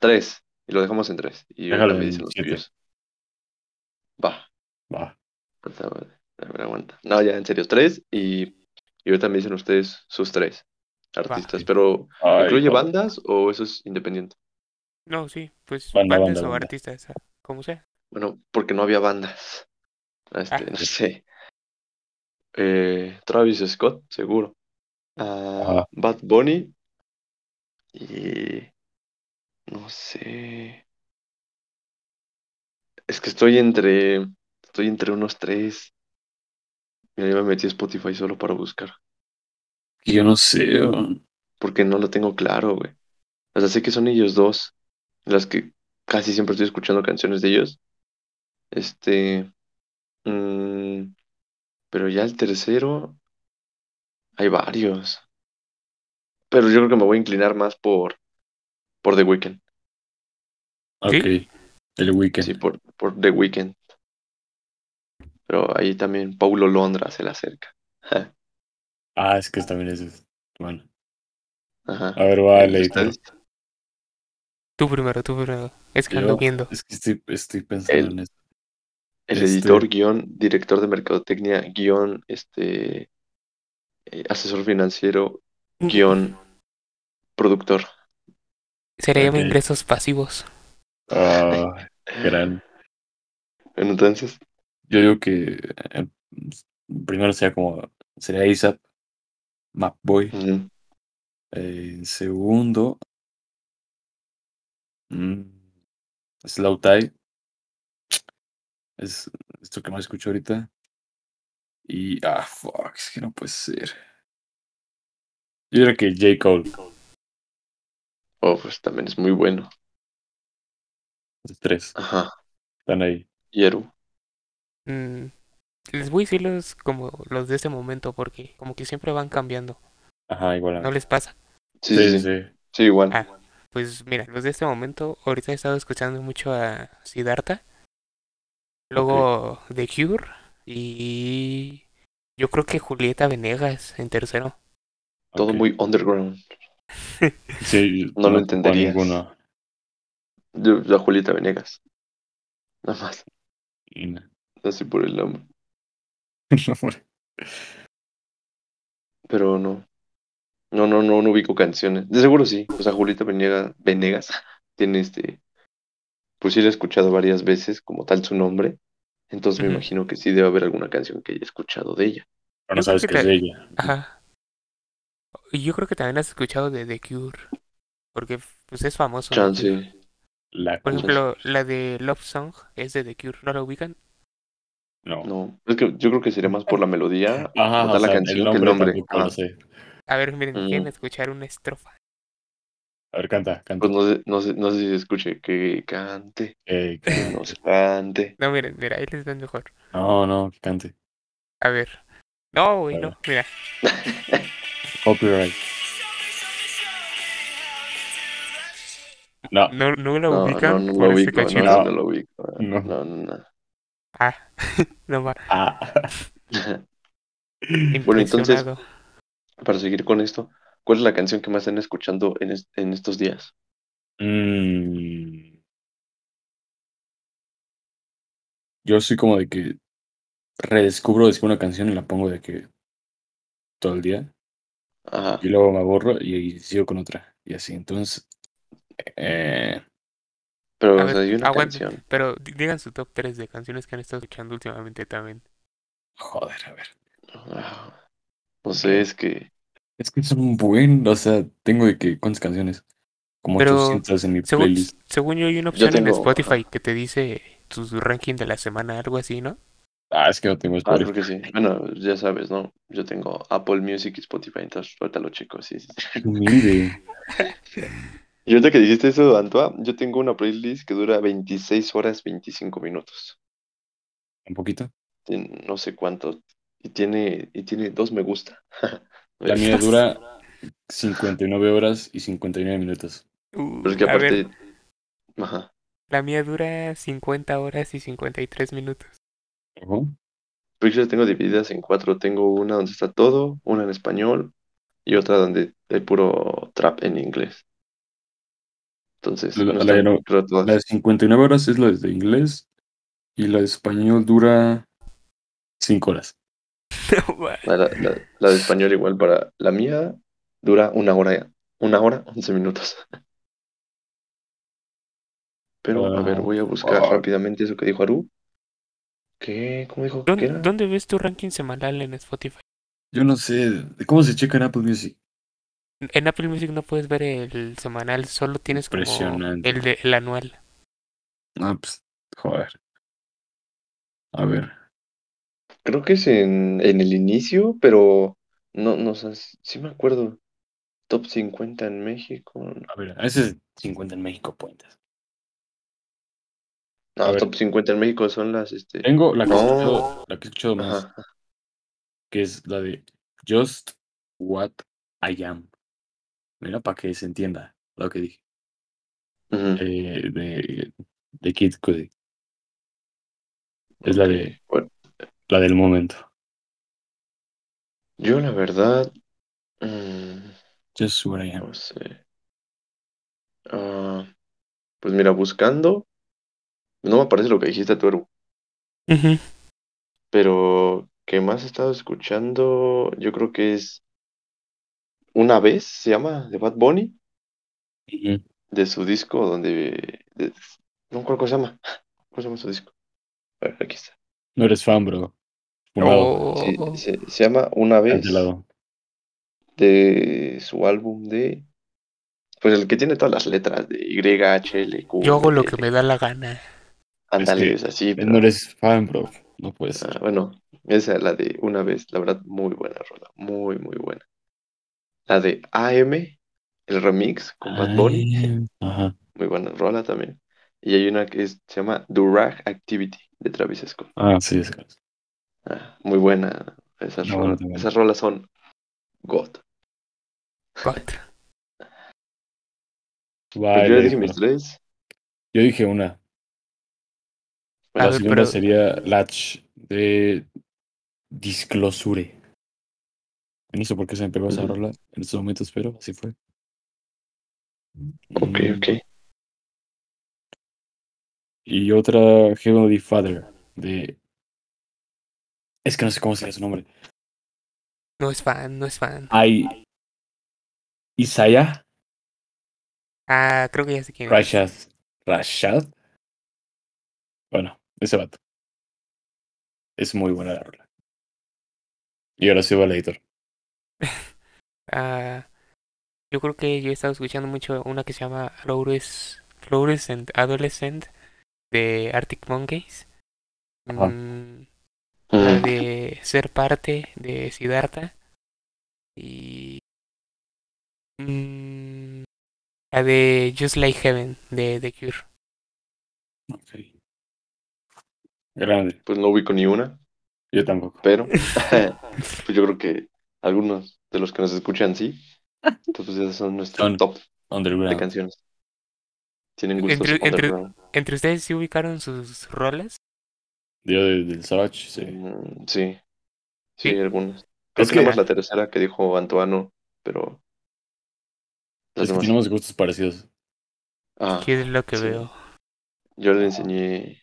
[SPEAKER 1] Tres. Y lo dejamos en tres. Y ahorita
[SPEAKER 2] Déjalo
[SPEAKER 1] me
[SPEAKER 2] en
[SPEAKER 1] dicen los
[SPEAKER 2] siete.
[SPEAKER 1] tuyos. Va.
[SPEAKER 2] Va.
[SPEAKER 1] Puta madre. A ver, aguanta. No, ya, en serio, tres. Y, y ahorita me dicen ustedes sus tres artistas.
[SPEAKER 2] Ok.
[SPEAKER 1] Pero,
[SPEAKER 2] Ay,
[SPEAKER 1] ¿incluye
[SPEAKER 2] no.
[SPEAKER 1] bandas o eso es independiente?
[SPEAKER 3] No, sí, pues
[SPEAKER 2] Banda,
[SPEAKER 3] bandas
[SPEAKER 2] banda,
[SPEAKER 3] o
[SPEAKER 2] banda.
[SPEAKER 3] artistas, ah, como sea.
[SPEAKER 1] Bueno, porque no había bandas. Este,
[SPEAKER 3] Ah.
[SPEAKER 1] no sé. Eh, Travis Scott, seguro. Ah,
[SPEAKER 2] Ajá.
[SPEAKER 1] Bad Bunny. Y. No sé. Es que estoy entre. Estoy entre unos tres. Mira, yo me metí a Spotify solo para buscar.
[SPEAKER 2] Que Yo no sé. weón.
[SPEAKER 1] Porque no lo tengo claro, güey. O sea, sé que son ellos dos. Las que casi siempre estoy escuchando canciones de ellos. Este. mm, pero ya el tercero. Hay varios. Pero yo creo que me voy a inclinar más por. Por The Weeknd.
[SPEAKER 2] Ok. El weekend.
[SPEAKER 1] Sí, por, por The Weeknd. Pero ahí también Paulo Londra se le acerca. Ja,
[SPEAKER 2] Ah, es que también ese es. Bueno.
[SPEAKER 1] Ajá.
[SPEAKER 2] A ver, va,
[SPEAKER 1] ¿Y
[SPEAKER 2] leí.
[SPEAKER 1] ustedes?
[SPEAKER 3] Tú primero, tú primero. Es que ando
[SPEAKER 2] Yo-
[SPEAKER 3] viendo.
[SPEAKER 2] Es que estoy, estoy pensando
[SPEAKER 1] El-
[SPEAKER 2] en eso.
[SPEAKER 1] El
[SPEAKER 2] Este-
[SPEAKER 1] editor, guión, director de mercadotecnia, guión, este, eh, asesor financiero, guión, productor.
[SPEAKER 3] Se le llama
[SPEAKER 2] Ok.
[SPEAKER 3] ingresos pasivos.
[SPEAKER 2] Ah, gran.
[SPEAKER 1] Bueno, entonces,
[SPEAKER 2] Yo digo que eh, primero sería como. Sería ASAP. Mapboy.
[SPEAKER 1] mm,
[SPEAKER 2] Eh, segundo. Mm, Slow Tie. Es esto que más escucho ahorita. Y. Ah, fuck, es que no puede ser. Yo diría que J. Cole,
[SPEAKER 1] oh, pues también es muy bueno.
[SPEAKER 2] los tres
[SPEAKER 1] Ajá,
[SPEAKER 2] están ahí.
[SPEAKER 1] Hieru.
[SPEAKER 3] Mm, les voy a decir los, como los de este momento porque como que siempre van cambiando.
[SPEAKER 2] Ajá, igual. a-
[SPEAKER 3] ¿No les pasa?
[SPEAKER 1] Sí, sí, sí, Sí, igual.
[SPEAKER 3] Ah. Pues mira, los de este momento, ahorita he estado escuchando mucho a Siddhartha, luego The Cure y yo creo que Julieta Venegas en tercero.
[SPEAKER 1] Todo
[SPEAKER 2] ok.
[SPEAKER 1] muy underground.
[SPEAKER 2] Sí,
[SPEAKER 1] [LAUGHS] no lo
[SPEAKER 2] conozco a
[SPEAKER 1] entenderías.
[SPEAKER 2] Ninguno.
[SPEAKER 1] Yo- La Julieta Venegas. Nada más,
[SPEAKER 2] Y no. [LAUGHS]
[SPEAKER 1] así por el nombre.
[SPEAKER 2] No, hombre.
[SPEAKER 1] Pero no. No, no, no, no ubico canciones. De seguro sí. O sea, Julieta Venegas, Venegas [LAUGHS] tiene este. Pues sí, la he escuchado varias veces, como tal su nombre. Entonces me
[SPEAKER 3] Ujú.
[SPEAKER 1] imagino que sí debe haber alguna canción que haya escuchado de ella.
[SPEAKER 2] Pero
[SPEAKER 3] Yo
[SPEAKER 2] no sabes
[SPEAKER 3] creo
[SPEAKER 2] que es
[SPEAKER 3] que
[SPEAKER 2] de ella.
[SPEAKER 3] Ajá. Y yo creo que también has escuchado de The Cure, porque pues es famoso. The Cure.
[SPEAKER 1] Chance.
[SPEAKER 2] La
[SPEAKER 3] Por
[SPEAKER 2] cu-
[SPEAKER 3] ejemplo, la de Love Song es de The Cure, ¿no la ubican?
[SPEAKER 2] No.
[SPEAKER 1] No. Es que yo creo que sería más por la melodía,
[SPEAKER 2] Ajá,
[SPEAKER 1] como tal la
[SPEAKER 2] o sea,
[SPEAKER 1] canción que
[SPEAKER 2] el nombre,
[SPEAKER 1] el nombre.
[SPEAKER 2] tampoco
[SPEAKER 1] Ajá.
[SPEAKER 2] lo sé.
[SPEAKER 3] A ver, miren,
[SPEAKER 1] Mm.
[SPEAKER 3] quieren escuchar una estrofa.
[SPEAKER 2] A ver, canta, canta.
[SPEAKER 1] Pues no sé, no sé, no sé si se escuche que cante,
[SPEAKER 2] Eh,
[SPEAKER 1] que
[SPEAKER 2] que-
[SPEAKER 1] no se cante.
[SPEAKER 3] No, miren, mira, ahí les dan mejor.
[SPEAKER 2] no, no, que cante.
[SPEAKER 3] A ver. No, güey,
[SPEAKER 2] A
[SPEAKER 3] no,
[SPEAKER 2] ver.
[SPEAKER 3] mira.
[SPEAKER 2] Copyright. No,
[SPEAKER 3] No, no
[SPEAKER 1] [LAUGHS] No,
[SPEAKER 3] la
[SPEAKER 1] no,
[SPEAKER 3] ubican
[SPEAKER 1] no
[SPEAKER 3] por
[SPEAKER 1] lo
[SPEAKER 3] este
[SPEAKER 1] ubico, no,
[SPEAKER 3] cachito.
[SPEAKER 1] no, no lo ubico.
[SPEAKER 2] No.
[SPEAKER 1] No, no, no.
[SPEAKER 3] Ah, [LAUGHS] no va.
[SPEAKER 2] ah, [LAUGHS]
[SPEAKER 1] Bueno, entonces-
[SPEAKER 3] Impresionado.
[SPEAKER 1] [LAUGHS] Para seguir con esto, ¿cuál es la canción que más están escuchando en, es- en estos días?
[SPEAKER 2] mm. Yo soy como de que redescubro descubro una canción y la pongo de que todo el día.
[SPEAKER 1] Ajá.
[SPEAKER 2] Y luego me aborro y, y sigo con otra. Y así, entonces. eh,
[SPEAKER 1] Pero,
[SPEAKER 3] A
[SPEAKER 1] o
[SPEAKER 3] ver,
[SPEAKER 1] sea, hay una
[SPEAKER 3] aguanta.
[SPEAKER 1] canción.
[SPEAKER 3] Pero di- digan su top 3 de canciones que han estado escuchando últimamente también.
[SPEAKER 2] joder, a ver.
[SPEAKER 1] Ah, No sé, es que.
[SPEAKER 2] Es que son un buen. O sea, tengo de que. ¿Cuántas canciones? Como
[SPEAKER 3] Pero,
[SPEAKER 2] 800 en mi
[SPEAKER 3] Según,
[SPEAKER 2] playlist.
[SPEAKER 3] según yo hay una opción en
[SPEAKER 1] tengo-
[SPEAKER 3] Spotify que te dice tu ranking de la semana, algo así, ¿no?
[SPEAKER 2] Ah, es que no tengo
[SPEAKER 1] Ah, creo
[SPEAKER 2] Spotify.
[SPEAKER 1] que sí. Bueno, ya sabes, ¿no? Yo tengo Apple Music y Spotify, entonces ahorita lo checo, sí, sí.
[SPEAKER 2] Qué humilde.
[SPEAKER 1] Y ahorita que dijiste eso, Antoa, yo tengo una playlist que dura 26 horas 25 minutos.
[SPEAKER 2] Un poquito.
[SPEAKER 1] Tien- No sé cuánto. Y tiene, y tiene dos me gusta. [LAUGHS]
[SPEAKER 2] La mía dura 59 horas y 59 minutos.
[SPEAKER 3] [LAUGHS] Uh,
[SPEAKER 1] Pero es que
[SPEAKER 3] a ver,
[SPEAKER 1] aparte. Ajá.
[SPEAKER 3] la mía dura 50 horas y 53 minutos. [LAUGHS]
[SPEAKER 2] Ujú.
[SPEAKER 1] Pero yo las tengo divididas en cuatro. Tengo una donde está todo, una en español y otra donde hay puro trap en inglés. Entonces,
[SPEAKER 2] La-
[SPEAKER 1] no
[SPEAKER 2] la-
[SPEAKER 1] están-
[SPEAKER 2] la- no.
[SPEAKER 1] creo todas.
[SPEAKER 2] La de 59 horas es la de inglés y la de español dura 5 horas.
[SPEAKER 3] No ma-
[SPEAKER 1] La, la- la- la de español igual para la mía dura una hora, una hora, once minutos. Pero, a ver,
[SPEAKER 2] Ah,
[SPEAKER 1] voy a buscar
[SPEAKER 2] fuck.
[SPEAKER 1] rápidamente eso que dijo Aru. ¿Qué? ¿Cómo dijo que
[SPEAKER 3] ¿Dónde,
[SPEAKER 1] era?
[SPEAKER 3] dónde ves tu ranking semanal en Spotify?
[SPEAKER 2] Yo no sé, ¿de ¿cómo se checa en Apple Music?
[SPEAKER 3] En Apple Music no puedes ver el semanal, solo tienes como
[SPEAKER 2] Impresionante.
[SPEAKER 3] el, de- el anual.
[SPEAKER 2] Ah, pues, joder. A ver.
[SPEAKER 1] Creo que es en, en el inicio, pero no, no sé, sí me acuerdo. Top 50 en México.
[SPEAKER 2] A ver, a veces 50 en México puentes. A
[SPEAKER 1] No,
[SPEAKER 2] ver.
[SPEAKER 1] top 50 en México son las, este...
[SPEAKER 2] Tengo la que, he
[SPEAKER 1] No.
[SPEAKER 2] escuchado, la que he escuchado más,
[SPEAKER 1] Ajá.
[SPEAKER 2] que es la de Just What I Am. Mira, para que se entienda lo que dije.
[SPEAKER 1] Ujú.
[SPEAKER 2] Eh, de, de Kid Cudi. Es la, de,
[SPEAKER 1] Ok, bueno.
[SPEAKER 2] la del momento.
[SPEAKER 1] Yo la verdad... mm,
[SPEAKER 2] Just What I Am.
[SPEAKER 1] No sé. Ah, pues mira, buscando, no me aparece lo que dijiste tú, Eru,
[SPEAKER 3] Ujú.
[SPEAKER 1] pero que más he estado escuchando, yo creo que es Una vez, se llama, de Bad Bunny,
[SPEAKER 2] Ujú.
[SPEAKER 1] de su disco donde... de- no me acuerdo cómo se llama. [LAUGHS] ¿Cómo se llama su disco? A ver, aquí está.
[SPEAKER 2] No eres fan, bro. Fumado.
[SPEAKER 1] Sí,
[SPEAKER 3] Oh,
[SPEAKER 1] se, se llama Una vez
[SPEAKER 2] Cancelado.
[SPEAKER 1] de su álbum de... Pues el que tiene todas las letras de Y, H, L, Q,
[SPEAKER 3] yo hago lo
[SPEAKER 1] L.
[SPEAKER 3] que me da la gana.
[SPEAKER 1] Ándale,
[SPEAKER 2] que
[SPEAKER 1] es así, pero...
[SPEAKER 2] No eres fan, bro. No puede ser.
[SPEAKER 1] Ah, bueno, esa es la de una vez, la verdad, muy buena rola, muy, muy buena. La de AM, el remix con Bad Bunny,
[SPEAKER 2] Ah, Ajá.
[SPEAKER 1] muy buena rola también. Y hay una que es- se llama Durag Activity de Travis Scott.
[SPEAKER 2] Ah, sí, es
[SPEAKER 1] Ah, muy buena esas
[SPEAKER 2] No,
[SPEAKER 1] rolas.
[SPEAKER 2] no, no.
[SPEAKER 1] Esas rolas son God.
[SPEAKER 3] God.
[SPEAKER 1] Pues yo ya
[SPEAKER 2] Vale,
[SPEAKER 1] dije
[SPEAKER 2] bro.
[SPEAKER 1] mis tres.
[SPEAKER 2] Yo dije una.
[SPEAKER 3] A
[SPEAKER 2] La
[SPEAKER 3] ver,
[SPEAKER 2] segunda
[SPEAKER 3] pero-
[SPEAKER 2] sería Latch de Disclosure. No sé por qué se me pegó esa
[SPEAKER 1] Ujú.
[SPEAKER 2] rola en estos momentos, pero así fue.
[SPEAKER 1] Ok,
[SPEAKER 2] Mm,
[SPEAKER 1] ok.
[SPEAKER 2] Y otra Heavenly Father de. Es que no sé cómo sería su nombre.
[SPEAKER 3] No es fan, no es fan.
[SPEAKER 2] Hay Isaiah
[SPEAKER 3] Ah, creo que ya sé quién es.
[SPEAKER 2] Rashad. Rashad. Bueno, ese vato. Es muy buena la rola. Y ahora sí va el editor.
[SPEAKER 3] Ah, yo creo que yo he estado escuchando mucho una que se llama Flores, Fluorescent Adolescent de Arctic Monkeys.
[SPEAKER 2] Ajá.
[SPEAKER 3] Mm, la
[SPEAKER 1] Mm,
[SPEAKER 3] de Ser Parte de Siddhartha. Y. mm, la de Just Like Heaven de The Cure.
[SPEAKER 2] Ok. Grande.
[SPEAKER 1] Pues no ubico ni una,
[SPEAKER 2] Yo tampoco.
[SPEAKER 3] [LAUGHS]
[SPEAKER 1] pero pues yo creo que algunos de los que nos escuchan sí. Entonces esas son nuestros
[SPEAKER 2] Son
[SPEAKER 1] top de
[SPEAKER 2] Underground.
[SPEAKER 1] canciones. Tienen gustos
[SPEAKER 3] Entre- entre-
[SPEAKER 1] underground.
[SPEAKER 3] ¿Entre ustedes sí ubicaron sus rolas?
[SPEAKER 2] Yo de- del Savage, sí.
[SPEAKER 1] Mm, Sí, sí,
[SPEAKER 3] Sí.
[SPEAKER 1] algunas. Creo
[SPEAKER 2] Es
[SPEAKER 1] que nada
[SPEAKER 2] que-
[SPEAKER 1] más la tercera que dijo Antoano, pero las
[SPEAKER 2] Es que
[SPEAKER 1] demás.
[SPEAKER 2] tenemos gustos parecidos.
[SPEAKER 1] Ah,
[SPEAKER 3] ¿Qué es lo que
[SPEAKER 1] sí.
[SPEAKER 3] veo?
[SPEAKER 1] yo le enseñé, yo le enseñé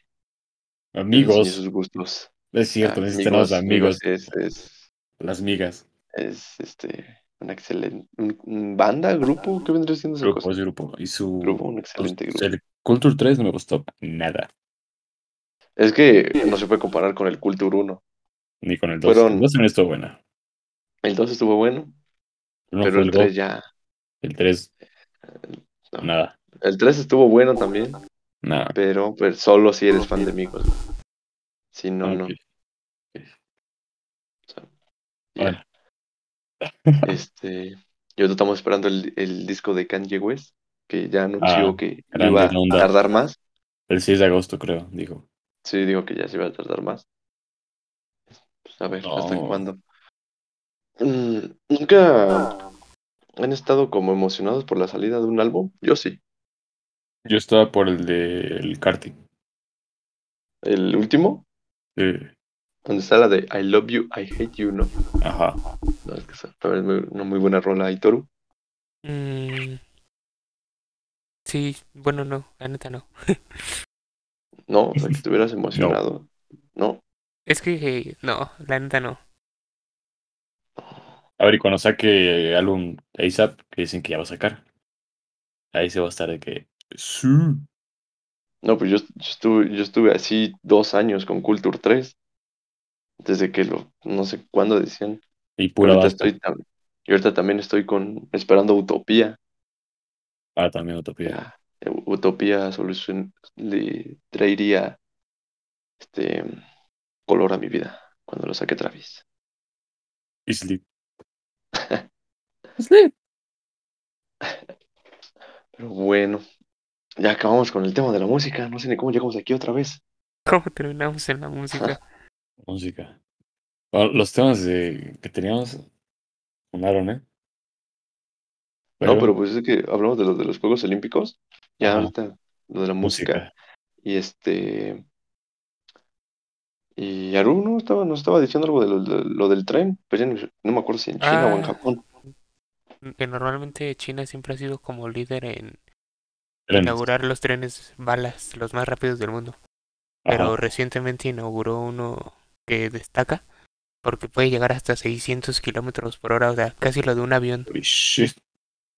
[SPEAKER 2] Amigos.
[SPEAKER 1] sus gustos.
[SPEAKER 2] Es cierto,
[SPEAKER 1] Ah,
[SPEAKER 2] necesitamos amigos.
[SPEAKER 1] Es, es,
[SPEAKER 2] Las migas.
[SPEAKER 1] es, este una excelente un- un banda, grupo, ¿qué vendría siendo esa
[SPEAKER 2] Grupo
[SPEAKER 1] cosa?
[SPEAKER 2] es grupo. Y su.
[SPEAKER 1] Grupo, un excelente
[SPEAKER 2] pues,
[SPEAKER 1] grupo.
[SPEAKER 2] El Culture 3 no me gustó nada.
[SPEAKER 1] Es que no se puede comparar con el Culture 1.
[SPEAKER 2] Ni con el 2.
[SPEAKER 1] Fueron-
[SPEAKER 2] El 2 también estuvo buena.
[SPEAKER 1] El 2 estuvo bueno,
[SPEAKER 2] No
[SPEAKER 1] pero
[SPEAKER 2] fue
[SPEAKER 1] el
[SPEAKER 2] el 2.
[SPEAKER 1] 3 ya.
[SPEAKER 2] El 3,
[SPEAKER 1] no.
[SPEAKER 2] nada.
[SPEAKER 1] El 3 estuvo bueno también,
[SPEAKER 2] Nada.
[SPEAKER 1] pero, pero solo si eres fan de amigos. Si no, no.
[SPEAKER 2] Ah, Ok.
[SPEAKER 1] ya.
[SPEAKER 2] Bueno.
[SPEAKER 1] [LAUGHS] Este, yo estamos esperando el, el disco de Kanye West, que ya anunció
[SPEAKER 2] Ah,
[SPEAKER 1] que
[SPEAKER 2] grande
[SPEAKER 1] iba
[SPEAKER 2] onda.
[SPEAKER 1] a tardar más.
[SPEAKER 2] El 6 de agosto, creo, dijo.
[SPEAKER 1] Sí, digo que ya se iba a tardar más. Pues, a ver, ¿hasta
[SPEAKER 2] No.
[SPEAKER 1] cuándo? Mm, ¿Nunca han estado como emocionados por la salida de un álbum? Yo sí.
[SPEAKER 2] Yo estaba por el del karting.
[SPEAKER 1] El último,
[SPEAKER 2] Eh,
[SPEAKER 1] donde está la de I Love You, I Hate You, ¿no?
[SPEAKER 2] ajá.
[SPEAKER 1] No, es que esa también es muy- una muy buena rola, Aitoru.
[SPEAKER 3] Mm, sí, bueno, no, la neta no.
[SPEAKER 1] No, o sea, que estuvieras emocionado. No.
[SPEAKER 3] Es que, eh, no, la neta no.
[SPEAKER 2] A ver, y cuando saque álbum ASAP, que dicen que ya va a sacar. Ahí se va a estar de que. Sí.
[SPEAKER 1] No, pues yo, yo estuve, yo estuve así dos años con Culture 3. Desde que lo, no sé cuándo decían.
[SPEAKER 2] Y
[SPEAKER 1] Y
[SPEAKER 2] pura
[SPEAKER 1] ahorita,
[SPEAKER 2] basta.
[SPEAKER 1] estoy, tam- y ahorita también estoy con esperando Utopía.
[SPEAKER 2] Ah, también Utopía.
[SPEAKER 1] Ya, eh, Utopía solución le traería este color a mi vida cuando lo saque Travis.
[SPEAKER 2] Y Sleep.
[SPEAKER 1] Pero bueno, ya acabamos con el tema de la música. No sé ni cómo llegamos aquí otra vez.
[SPEAKER 3] ¿Cómo terminamos en la música?
[SPEAKER 2] Música. Bueno, los temas de- que teníamos. Sonaron, ¿eh?
[SPEAKER 1] No, pero pues es que hablamos de los de los Juegos Olímpicos. Ya
[SPEAKER 2] Ajá.
[SPEAKER 1] ahorita lo de la música. Y este. Y Aru no estaba, nos estaba diciendo algo de lo, lo- lo del tren. Pues ya no, no me acuerdo si en China o en
[SPEAKER 3] Ah.
[SPEAKER 1] Japón.
[SPEAKER 3] Que normalmente China siempre ha sido como líder en
[SPEAKER 2] Trenes.
[SPEAKER 3] inaugurar los trenes balas, los más rápidos del mundo.
[SPEAKER 2] Ajá.
[SPEAKER 3] Pero recientemente inauguró uno que destaca porque puede llegar hasta 600 kilómetros por hora, o sea, casi lo de un avión.
[SPEAKER 2] Holy shit.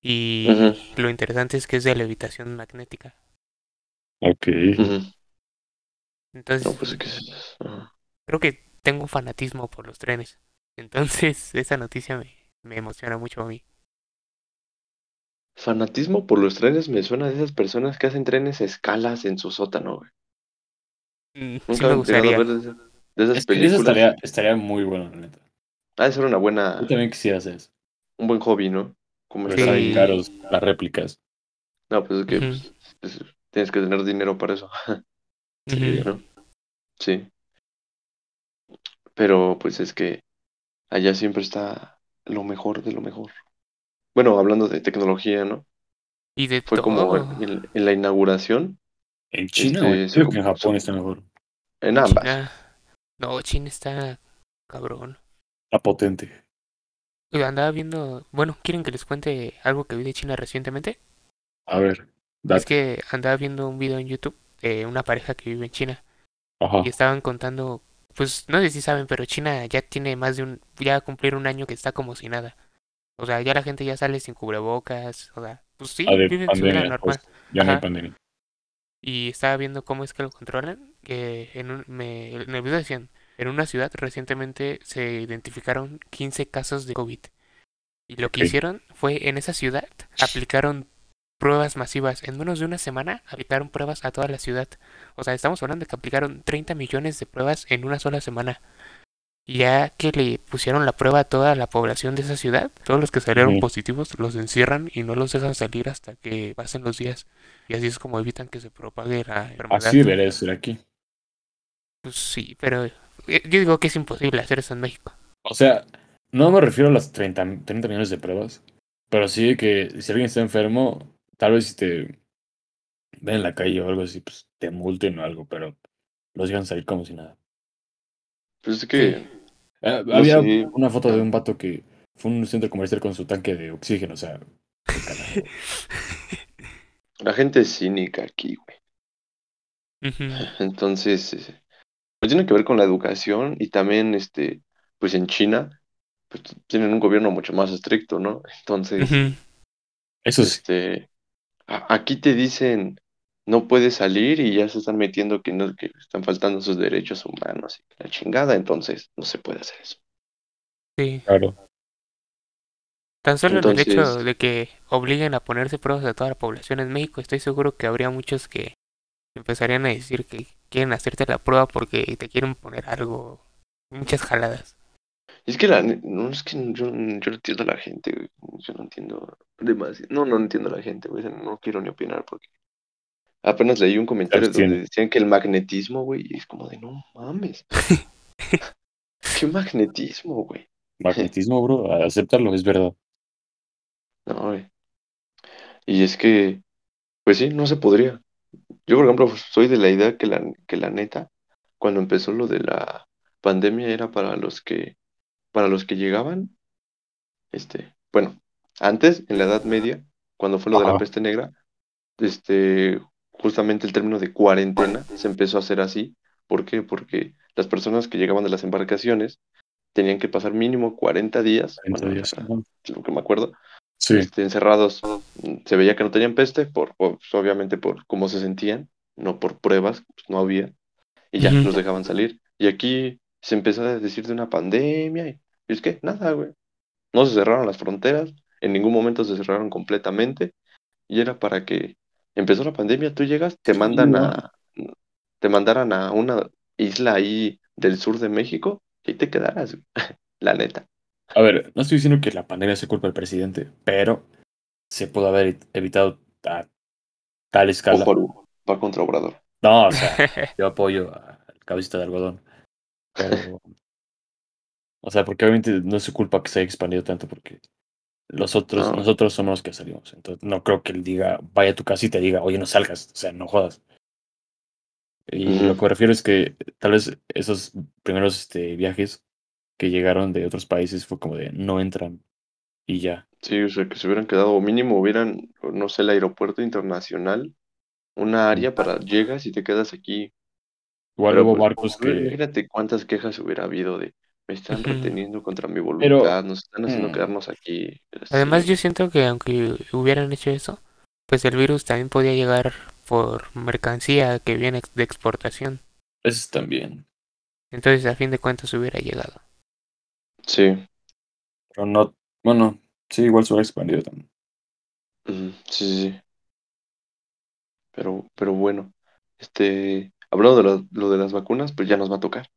[SPEAKER 3] Y
[SPEAKER 1] Ujú.
[SPEAKER 3] lo interesante es que es de levitación magnética.
[SPEAKER 2] Ok.
[SPEAKER 1] Ujú.
[SPEAKER 3] Entonces,
[SPEAKER 1] No, pues es que. es- ajá.
[SPEAKER 3] creo que tengo fanatismo por los trenes. Entonces, [LAUGHS] esa noticia me, me emociona mucho a mí.
[SPEAKER 1] Fanatismo por los trenes me suena de esas personas que hacen trenes a escalas en su sótano, güey.
[SPEAKER 3] Mm, Sí
[SPEAKER 1] Nunca han
[SPEAKER 3] me
[SPEAKER 1] llegado a
[SPEAKER 3] gustaría.
[SPEAKER 1] ver de esas, de esas
[SPEAKER 2] Es que eso
[SPEAKER 1] películas.
[SPEAKER 2] estaría, estaría muy bueno, la neta.
[SPEAKER 1] Ha de ser una buena,
[SPEAKER 2] Yo también quisiera hacer eso.
[SPEAKER 1] un buen hobby, ¿no? Como
[SPEAKER 2] Pero
[SPEAKER 3] Sí.
[SPEAKER 1] estar
[SPEAKER 2] están bien
[SPEAKER 1] ahí.
[SPEAKER 2] caros las réplicas.
[SPEAKER 1] No, pues es que
[SPEAKER 3] Ujú.
[SPEAKER 1] pues, es- tienes que tener dinero para eso. [LAUGHS]
[SPEAKER 3] Ujú.
[SPEAKER 1] ¿no? Sí. Pero pues es que allá siempre está lo mejor de lo mejor. Bueno, hablando de tecnología, ¿no?
[SPEAKER 3] Y de
[SPEAKER 1] Fue como en,
[SPEAKER 3] todo.
[SPEAKER 1] en- en la inauguración,
[SPEAKER 2] ¿En China
[SPEAKER 1] Este,
[SPEAKER 2] o en- creo
[SPEAKER 1] se-
[SPEAKER 2] que en
[SPEAKER 1] se-
[SPEAKER 2] Japón está mejor?
[SPEAKER 1] en
[SPEAKER 3] En
[SPEAKER 1] ambas.
[SPEAKER 3] China. No, China está cabrón.
[SPEAKER 2] Está potente.
[SPEAKER 3] Oye, Andaba viendo. Bueno, ¿quieren que les cuente algo que vi de China recientemente?
[SPEAKER 2] A ver.
[SPEAKER 3] Es
[SPEAKER 2] Date.
[SPEAKER 3] que andaba viendo un video en YouTube de una pareja que vive en China
[SPEAKER 2] Ajá.
[SPEAKER 3] y
[SPEAKER 1] Ah.
[SPEAKER 3] estaban contando. Pues no sé si saben, pero China ya tiene más de un. Ya va a cumplir un año que está como si nada. O sea, ya la gente ya sale sin cubrebocas. O sea, pues sí,
[SPEAKER 2] Ah, de
[SPEAKER 3] viven su vida
[SPEAKER 2] pandemia.
[SPEAKER 3] normal.
[SPEAKER 2] pues, ya no hay
[SPEAKER 3] Ajá.
[SPEAKER 2] pandemia.
[SPEAKER 3] y estaba viendo cómo es que lo controlan, que en, un- me, en el video decían, en una ciudad recientemente se identificaron 15 casos de COVID. Y lo que
[SPEAKER 2] Ok.
[SPEAKER 3] hicieron fue en esa ciudad aplicaron pruebas masivas. En menos de una semana aplicaron pruebas a toda la ciudad. O sea, estamos hablando de que aplicaron 30 millones de pruebas en una sola semana. Y ya que le pusieron la prueba a toda la población de esa ciudad, todos los que salieron
[SPEAKER 2] Ujú.
[SPEAKER 3] positivos los encierran y no los dejan salir hasta que pasen los días. Y así es como evitan que se propague la enfermedad.
[SPEAKER 2] Así debería ser aquí.
[SPEAKER 3] Pues sí, pero eh, yo digo que es imposible hacer eso en México.
[SPEAKER 2] O sea, no me refiero a las 30, mi- 30 millones de pruebas, pero sí de que si alguien está enfermo, tal vez si te ven en la calle o algo así, pues te multen o algo, pero los dejan salir como si nada.
[SPEAKER 1] Pues es que.
[SPEAKER 3] Sí.
[SPEAKER 2] Eh,
[SPEAKER 1] No
[SPEAKER 2] había
[SPEAKER 1] sé.
[SPEAKER 2] una foto de un vato que fue a un centro comercial con su tanque de oxígeno, o sea, qué carajo.
[SPEAKER 3] [LAUGHS]
[SPEAKER 1] La gente es cínica aquí, güey. [LAUGHS]
[SPEAKER 3] Ujú.
[SPEAKER 1] Entonces, eh, pues tiene que ver con la educación y también, este, pues en China, pues tienen un gobierno mucho más estricto, ¿no? [LAUGHS] Entonces,
[SPEAKER 3] Ujú.
[SPEAKER 2] Eso sí,
[SPEAKER 1] este, a- aquí te dicen no puedes salir y ya se están metiendo que no, que están faltando sus derechos humanos y la chingada, entonces no se puede hacer eso.
[SPEAKER 3] Sí.
[SPEAKER 2] claro.
[SPEAKER 3] Tan solo el hecho
[SPEAKER 1] Entonces,
[SPEAKER 3] de que obliguen a ponerse pruebas a toda la población en México, estoy seguro que habría muchos que empezarían a decir que quieren hacerte la prueba porque te quieren poner algo, muchas jaladas.
[SPEAKER 1] es que la, ne- no es que yo, yo no entiendo a la gente, güey. yo no entiendo demasiado, no, no entiendo a la gente, güey, no quiero ni opinar porque Apenas leí un comentario donde
[SPEAKER 2] abstiene.
[SPEAKER 1] decían que el magnetismo, güey, y es como de no mames. ¿Qué magnetismo, güey?
[SPEAKER 2] Magnetismo, bro, acéptalo, es verdad.
[SPEAKER 1] No, güey. Y es que, pues sí, no se podría. Yo, por ejemplo, soy de la idea que la, que la neta, cuando empezó lo de la pandemia, era para los que, para los que llegaban, este, bueno, antes, en la Edad Media, cuando fue lo de la
[SPEAKER 2] Ajá.
[SPEAKER 1] peste negra, este, justamente el término de cuarentena se empezó a hacer así. ¿Por qué? Porque las personas que llegaban de las embarcaciones tenían que pasar mínimo 40 días,
[SPEAKER 2] 40
[SPEAKER 1] bueno,
[SPEAKER 2] días.
[SPEAKER 1] hasta lo que me acuerdo,
[SPEAKER 2] Sí,
[SPEAKER 1] este, encerrados. Mm, Se veía que no tenían peste, por, o- obviamente por cómo se sentían, no por pruebas, pues no había, y ya
[SPEAKER 3] Ujú.
[SPEAKER 1] los dejaban salir. Y aquí se empezó a decir de una pandemia, y, y es que nada, güey. No se cerraron las fronteras, en ningún momento se cerraron completamente, y era para que empezó la pandemia, tú llegas, te mandan a, te mandaran a una isla ahí del sur de México, y ahí te quedarás, [LAUGHS] la neta.
[SPEAKER 2] a ver, no estoy diciendo que la pandemia sea culpa del presidente, pero se pudo haber evitado a tal escala.
[SPEAKER 1] Ojo, va contra Obrador.
[SPEAKER 2] No, o sea, yo apoyo al cabecita de algodón. Pero. O sea, porque obviamente no es su culpa que se haya expandido tanto, porque los otros,
[SPEAKER 1] No.
[SPEAKER 2] nosotros somos los que salimos. Entonces, no creo que él diga, vaya a tu casa y te diga, oye, no salgas, o sea, no jodas. Y lo
[SPEAKER 1] Ujú.
[SPEAKER 2] que me refiero es que tal vez esos primeros este, viajes que llegaron de otros países fue como de no entran y ya.
[SPEAKER 1] Sí, o sea, que se hubieran quedado, o mínimo hubieran, no sé, el aeropuerto internacional, una área para llegas y te quedas aquí.
[SPEAKER 2] Igual
[SPEAKER 1] Pero
[SPEAKER 2] hubo
[SPEAKER 1] pues,
[SPEAKER 2] barcos
[SPEAKER 1] güey,
[SPEAKER 2] que.
[SPEAKER 1] imagínate cuántas quejas hubiera habido de me están
[SPEAKER 3] Ujú.
[SPEAKER 1] reteniendo contra mi
[SPEAKER 2] Pero-
[SPEAKER 1] voluntad, nos están haciendo
[SPEAKER 2] Mm.
[SPEAKER 1] quedarnos aquí. este, así.
[SPEAKER 3] Además, yo siento que aunque hubieran hecho eso, pues el virus también podía llegar por mercancía que viene ex- de exportación.
[SPEAKER 2] Esos también.
[SPEAKER 3] Entonces, a fin de cuentas, hubiera llegado.
[SPEAKER 1] Sí,
[SPEAKER 2] Pero no. Bueno, sí, igual se hubiera expandido también.
[SPEAKER 1] ujú, sí, sí, sí. Pero, pero bueno, este, hablando de lo, lo de las vacunas, pues ya nos va a tocar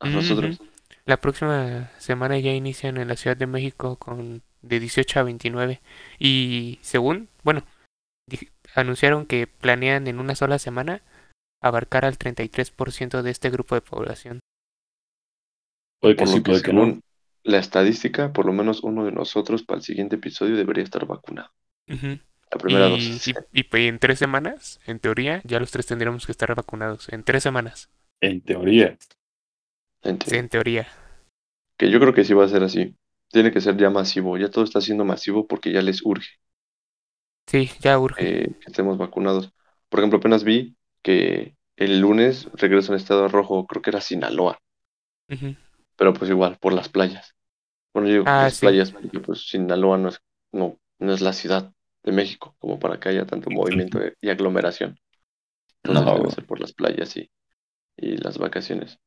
[SPEAKER 1] a
[SPEAKER 3] Ujú.
[SPEAKER 1] nosotros.
[SPEAKER 3] La próxima semana ya inician en la Ciudad de México con de 18 a 29 y según, bueno, di- anunciaron que planean en una sola semana abarcar al 33% de este grupo de población.
[SPEAKER 2] Puede que
[SPEAKER 1] Por
[SPEAKER 2] sí,
[SPEAKER 1] lo que
[SPEAKER 2] puede que no.
[SPEAKER 1] según la estadística, por lo menos uno de nosotros para el siguiente episodio debería estar vacunado.
[SPEAKER 3] Ujú.
[SPEAKER 1] La primera
[SPEAKER 3] Y,
[SPEAKER 1] dosis.
[SPEAKER 3] y, y pe- en tres semanas, en teoría, ya los tres tendríamos que estar vacunados. En tres semanas.
[SPEAKER 2] En teoría.
[SPEAKER 3] Sí,
[SPEAKER 1] Entiendo.
[SPEAKER 3] en teoría.
[SPEAKER 1] que yo creo que sí va a ser así. Tiene que ser ya masivo, ya todo está siendo masivo porque ya les urge
[SPEAKER 3] Sí, ya urge.
[SPEAKER 1] eh, que estemos vacunados. Por ejemplo, apenas vi que el lunes regreso en estado rojo, creo que era Sinaloa,
[SPEAKER 3] Ujú.
[SPEAKER 1] pero pues igual, por las playas. Bueno, yo digo
[SPEAKER 3] Ah,
[SPEAKER 1] las
[SPEAKER 3] sí.
[SPEAKER 1] playas, porque pues Sinaloa no es, no, no es la ciudad de México como para que haya tanto movimiento y aglomeración. Entonces
[SPEAKER 2] No,
[SPEAKER 1] debe ser por las playas y, y las vacaciones.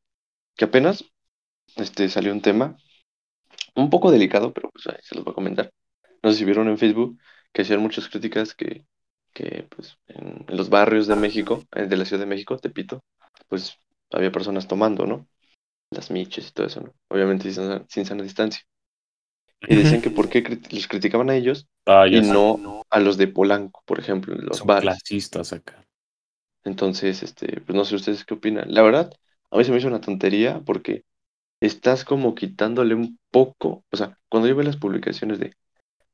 [SPEAKER 1] Que apenas este, salió un tema un poco delicado, pero pues ahí se los voy a comentar. No sé si vieron en Facebook que hacían muchas críticas que, que pues, en, en los barrios de México, eh, de la Ciudad de México, Tepito, pues había personas tomando, ¿no? Las miches y todo eso, ¿no? Obviamente sin, sana- sin sana distancia. Y
[SPEAKER 3] Ujú.
[SPEAKER 1] decían que por qué crit- los criticaban a ellos
[SPEAKER 2] Ah, ya
[SPEAKER 1] y
[SPEAKER 2] sé,
[SPEAKER 1] no a los de Polanco, por ejemplo, en los
[SPEAKER 2] son
[SPEAKER 1] bares.
[SPEAKER 2] clasistas acá.
[SPEAKER 1] Entonces, este, pues no sé ustedes qué opinan. La verdad, a mí se me hizo una tontería porque estás como quitándole un poco, o sea, cuando yo veo las publicaciones de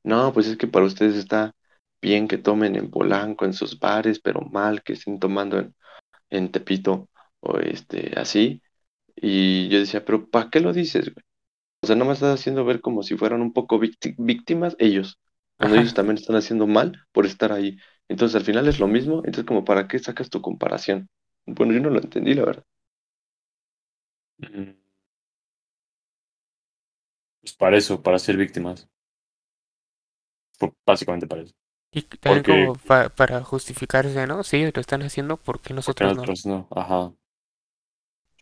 [SPEAKER 1] No, pues es que para ustedes está bien que tomen en Polanco, en sus bares, pero mal que estén tomando en, en Tepito o este, así. Y yo decía, pero ¿para qué lo dices, güey? O sea, no me estás haciendo ver como si fueran un poco victi- víctimas ellos, cuando ellos
[SPEAKER 3] Ajá.
[SPEAKER 1] también están haciendo mal por estar ahí. Entonces, al final es lo mismo, entonces como ¿para qué sacas tu comparación? Bueno, yo no lo entendí, la verdad.
[SPEAKER 2] Mm. Pues para eso, para ser víctimas. Por- Básicamente para eso.
[SPEAKER 3] Y c- también
[SPEAKER 2] Porque-
[SPEAKER 3] como pa- para justificarse, ¿no? Si ellos lo están haciendo, ¿por qué
[SPEAKER 2] Porque
[SPEAKER 3] nosotros no?
[SPEAKER 2] nosotros no. Ajá.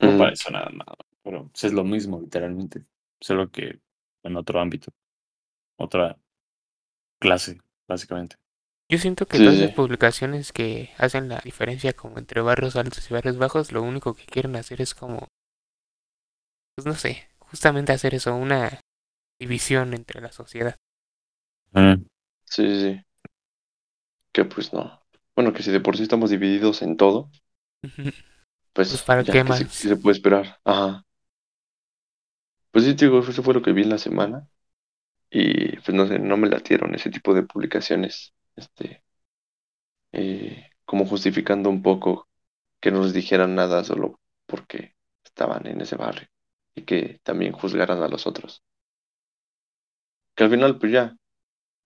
[SPEAKER 2] No para
[SPEAKER 1] Ujú.
[SPEAKER 2] eso nada más. Pero pues, es lo mismo, literalmente. Solo que en otro ámbito. Otra clase, básicamente.
[SPEAKER 3] Yo siento que
[SPEAKER 1] Sí,
[SPEAKER 3] todas
[SPEAKER 1] sí,
[SPEAKER 3] esas publicaciones que hacen la diferencia como entre barrios altos y barrios bajos, lo único que quieren hacer es como, pues no sé, justamente hacer eso, una división entre la sociedad. [LAUGHS]
[SPEAKER 2] Mm.
[SPEAKER 1] sí, sí, sí. Que pues no. Bueno, que si de por sí estamos divididos en todo,
[SPEAKER 3] Ujú. Pues
[SPEAKER 1] pues
[SPEAKER 3] para
[SPEAKER 1] ya,
[SPEAKER 3] qué
[SPEAKER 1] ¿qué se, qué
[SPEAKER 3] más.
[SPEAKER 1] se puede esperar? Ajá. Pues sí, te digo, eso fue lo que vi en la semana. Y pues no sé, no me latieron ese tipo de publicaciones. Este. eh, como justificando un poco que no les dijeran nada solo porque estaban en ese barrio. Y que también juzgaran a los otros. Que al final, pues ya.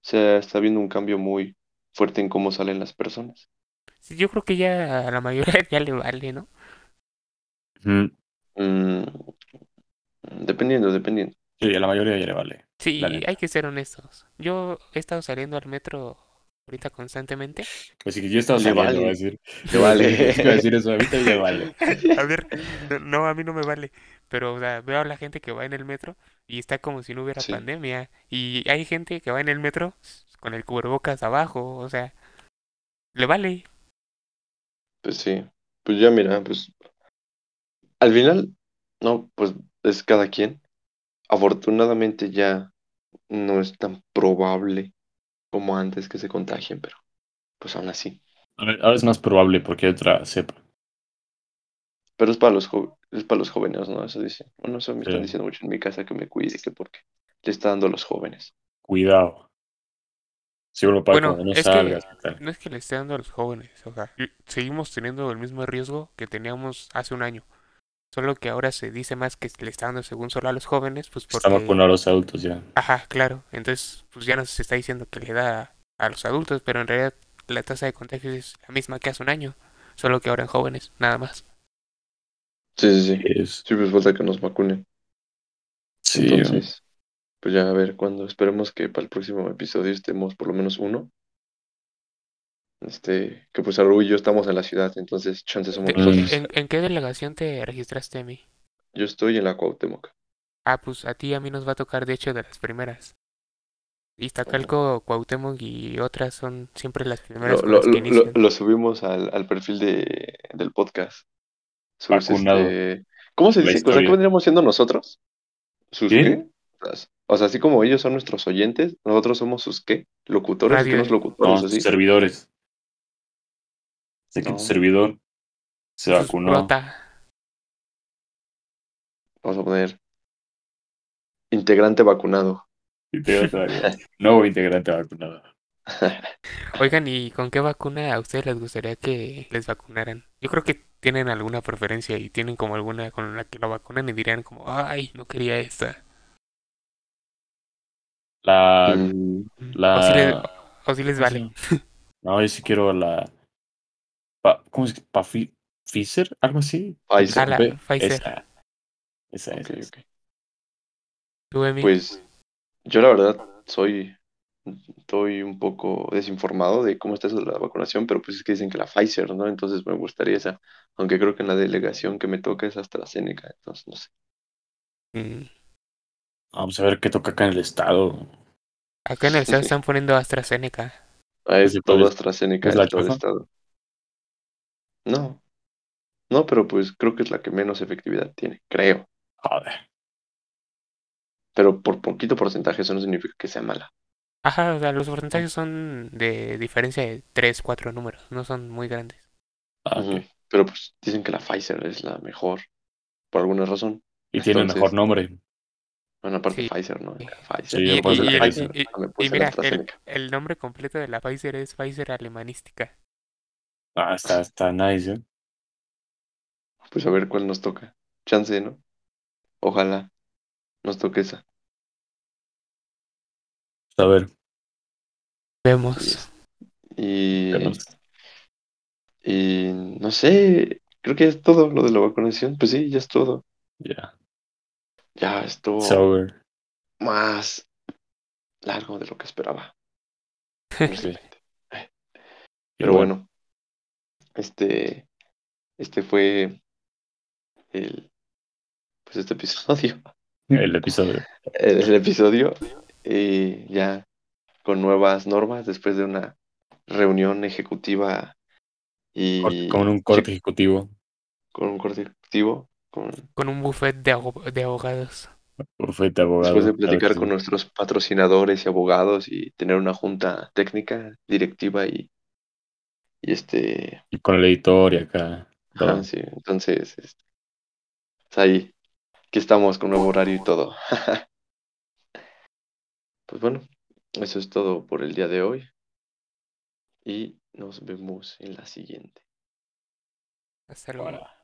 [SPEAKER 1] Se está viendo un cambio muy fuerte en cómo salen las personas.
[SPEAKER 3] Sí, yo creo que ya a la mayoría [LAUGHS] ya le vale, ¿no?
[SPEAKER 2] Ujú.
[SPEAKER 1] Mm, dependiendo, dependiendo.
[SPEAKER 2] Sí, a la mayoría ya le vale.
[SPEAKER 3] Sí,
[SPEAKER 2] La neta.
[SPEAKER 3] hay que ser honestos. Yo he estado saliendo al metro ahorita constantemente.
[SPEAKER 2] Así que Pues yo estaba
[SPEAKER 1] Le
[SPEAKER 2] saliendo,
[SPEAKER 1] vale.
[SPEAKER 2] voy a decir.
[SPEAKER 1] Le [LAUGHS]
[SPEAKER 2] [LAUGHS]
[SPEAKER 1] vale.
[SPEAKER 2] Sí, iba a decir eso, a mí también le vale.
[SPEAKER 3] A ver, no, no, a mí no me vale. Pero, o sea, veo a la gente que va en el metro y está como si no hubiera
[SPEAKER 1] Sí.
[SPEAKER 3] pandemia. Y hay gente que va en el metro con el cubrebocas abajo, o sea, le vale.
[SPEAKER 1] Pues sí, pues ya mira, pues al final, no, pues es cada quien. Afortunadamente ya no es tan probable como antes que se contagien, pero pues aún así.
[SPEAKER 2] A ver, ahora es más probable porque hay otra cepa.
[SPEAKER 1] Pero es para los jo- es para los jóvenes, ¿no? Eso dicen. Bueno, eso me están
[SPEAKER 2] Sí.
[SPEAKER 1] diciendo mucho en mi casa que me cuide, que porque le está dando a los jóvenes.
[SPEAKER 2] Cuidado. Sí, bueno, Paco,
[SPEAKER 3] Bueno,
[SPEAKER 2] no
[SPEAKER 3] es que-
[SPEAKER 2] salgas. tal.
[SPEAKER 3] No es que le esté dando a los jóvenes, o sea, y- seguimos teniendo el mismo riesgo que teníamos hace un año. Solo que ahora se dice más que le está dando según solo a los jóvenes, pues porque...
[SPEAKER 2] Estamos con los autos ya.
[SPEAKER 3] Ajá, claro. Entonces, pues ya nos está diciendo que le da a los adultos, pero en realidad la tasa de contagios es la misma que hace un año, solo que ahora en jóvenes, nada más.
[SPEAKER 1] Sí, sí, sí.
[SPEAKER 2] Es-
[SPEAKER 1] Sí, pues falta que nos vacunen.
[SPEAKER 2] Sí,
[SPEAKER 1] Entonces, pues ya a ver cuando Esperemos que para el próximo episodio estemos por lo menos uno. Este, que pues Aru y yo estamos en la ciudad, entonces chances somos
[SPEAKER 3] Te-
[SPEAKER 1] nosotros.
[SPEAKER 3] ¿En, en qué delegación te registraste a mí?
[SPEAKER 1] Yo estoy en la Cuauhtémoc.
[SPEAKER 3] Ah, pues a ti y a mí nos va a tocar, de hecho, de las primeras. Iztacalco, Cuauhtémoc y otras son siempre las primeras
[SPEAKER 1] Oh. Lo, lo-
[SPEAKER 3] con las que
[SPEAKER 1] lo-
[SPEAKER 3] inician.
[SPEAKER 1] lo subimos al, al perfil de, del podcast. Sus,
[SPEAKER 2] Vacunado.
[SPEAKER 1] este, ¿Cómo se
[SPEAKER 2] La
[SPEAKER 1] dice? O sea,
[SPEAKER 2] historia.
[SPEAKER 1] ¿qué vendríamos siendo nosotros? ¿Sus
[SPEAKER 2] ¿Qué?
[SPEAKER 1] qué? Las- O sea, así como ellos son nuestros oyentes, nosotros somos sus qué? ¿Locutores?
[SPEAKER 3] Radio-
[SPEAKER 1] ¿Qué nos
[SPEAKER 2] no,
[SPEAKER 1] locutores?
[SPEAKER 2] sus
[SPEAKER 1] así?
[SPEAKER 2] servidores. Sé que
[SPEAKER 1] No.
[SPEAKER 2] tu servidor se
[SPEAKER 3] Sus
[SPEAKER 2] vacunó.
[SPEAKER 3] prota.
[SPEAKER 1] Vamos a poner integrante vacunado.
[SPEAKER 2] Integrante vacunado. [LAUGHS] Nuevo integrante vacunado.
[SPEAKER 3] Oigan, ¿y con qué vacuna a ustedes les gustaría que les vacunaran? Yo creo que tienen alguna preferencia y tienen como alguna con la que lo vacunan y dirían como, ay, no quería esta.
[SPEAKER 2] La.
[SPEAKER 1] Mm,
[SPEAKER 2] la...
[SPEAKER 3] O si le- O si les vale.
[SPEAKER 2] [LAUGHS] No, yo sí quiero la. pa- ¿Cómo es que? ¿Pa Fi- ¿Pfizer? ¿Algo así?
[SPEAKER 1] Pfizer.
[SPEAKER 3] Ah, la
[SPEAKER 2] Ve,
[SPEAKER 3] Pfizer.
[SPEAKER 2] Esa. Esa,
[SPEAKER 1] ok,
[SPEAKER 2] esa, esa.
[SPEAKER 1] ok.
[SPEAKER 3] Tú, Emi.
[SPEAKER 1] Pues yo la verdad soy, estoy un poco desinformado de cómo está eso de la vacunación, pero pues es que dicen que la Pfizer, ¿no? Entonces me gustaría esa, aunque creo que en la delegación que me toca es AstraZeneca, entonces no sé.
[SPEAKER 3] Mm,
[SPEAKER 2] Vamos a ver qué toca acá en el estado.
[SPEAKER 3] Acá en el estado están poniendo AstraZeneca.
[SPEAKER 1] Ah, es
[SPEAKER 2] Pues, ¿cuál
[SPEAKER 1] todo
[SPEAKER 2] es?
[SPEAKER 1] AstraZeneca
[SPEAKER 2] ¿Es
[SPEAKER 1] en
[SPEAKER 2] la
[SPEAKER 1] todo el
[SPEAKER 2] chafa?
[SPEAKER 1] estado. No, no, pero pues creo que es la que menos efectividad tiene, creo.
[SPEAKER 2] Joder.
[SPEAKER 1] Pero por poquito porcentaje eso no significa que sea mala.
[SPEAKER 3] Ajá, o sea, los porcentajes son de diferencia de 3, 4 números, no son muy grandes.
[SPEAKER 2] Ah, ok.
[SPEAKER 1] Ujú. Pero pues dicen que la Pfizer es la mejor, por alguna razón.
[SPEAKER 2] Y tiene
[SPEAKER 1] Entonces-
[SPEAKER 2] mejor nombre.
[SPEAKER 1] Bueno, aparte
[SPEAKER 3] Sí.
[SPEAKER 1] Pfizer, ¿no?
[SPEAKER 3] Sí.
[SPEAKER 1] Pfizer.
[SPEAKER 2] Sí,
[SPEAKER 1] me
[SPEAKER 2] y-
[SPEAKER 1] puse
[SPEAKER 2] y-
[SPEAKER 1] la
[SPEAKER 2] y-
[SPEAKER 1] Pfizer,
[SPEAKER 3] y-
[SPEAKER 1] Ah, me
[SPEAKER 3] Y
[SPEAKER 1] puse la
[SPEAKER 3] mira, el,
[SPEAKER 1] AstraZeneca.
[SPEAKER 3] el nombre completo de la Pfizer es Pfizer Alemanística.
[SPEAKER 2] Ah, está, está nice, ¿eh?
[SPEAKER 1] Pues a ver cuál nos toca. Chance, ¿no? Ojalá nos toque esa.
[SPEAKER 2] A ver.
[SPEAKER 3] Vemos.
[SPEAKER 1] Y,
[SPEAKER 2] ¿qué nos-
[SPEAKER 1] y no sé, creo que es todo lo de la vacunación. Pues sí, ya es todo.
[SPEAKER 2] Ya.
[SPEAKER 1] Ya estuvo
[SPEAKER 2] It's over.
[SPEAKER 1] más largo de lo que [LAUGHS] esperaba. honestamente. Pero
[SPEAKER 2] Igual.
[SPEAKER 1] bueno, este, este fue el, pues este episodio.
[SPEAKER 2] El episodio.
[SPEAKER 1] el, el episodio y ya con nuevas normas después de una reunión ejecutiva y
[SPEAKER 2] Corte- Con un corte ejecutivo.
[SPEAKER 1] con un corte ejecutivo con-
[SPEAKER 3] Con un buffet de, abo- de abogados.
[SPEAKER 2] Bufete abogado.
[SPEAKER 1] después de
[SPEAKER 2] claro
[SPEAKER 1] platicar
[SPEAKER 2] que sí.
[SPEAKER 1] con nuestros patrocinadores y abogados y tener una junta técnica directiva y, y este
[SPEAKER 2] Y con el editor y acá.
[SPEAKER 1] ajá,
[SPEAKER 2] todo.
[SPEAKER 1] sí, entonces este, es ahí Aquí estamos con nuevo horario y todo. [LAUGHS] pues bueno, eso es todo por el día de hoy. Y nos vemos en la siguiente.
[SPEAKER 3] Hasta luego.
[SPEAKER 2] Ahora.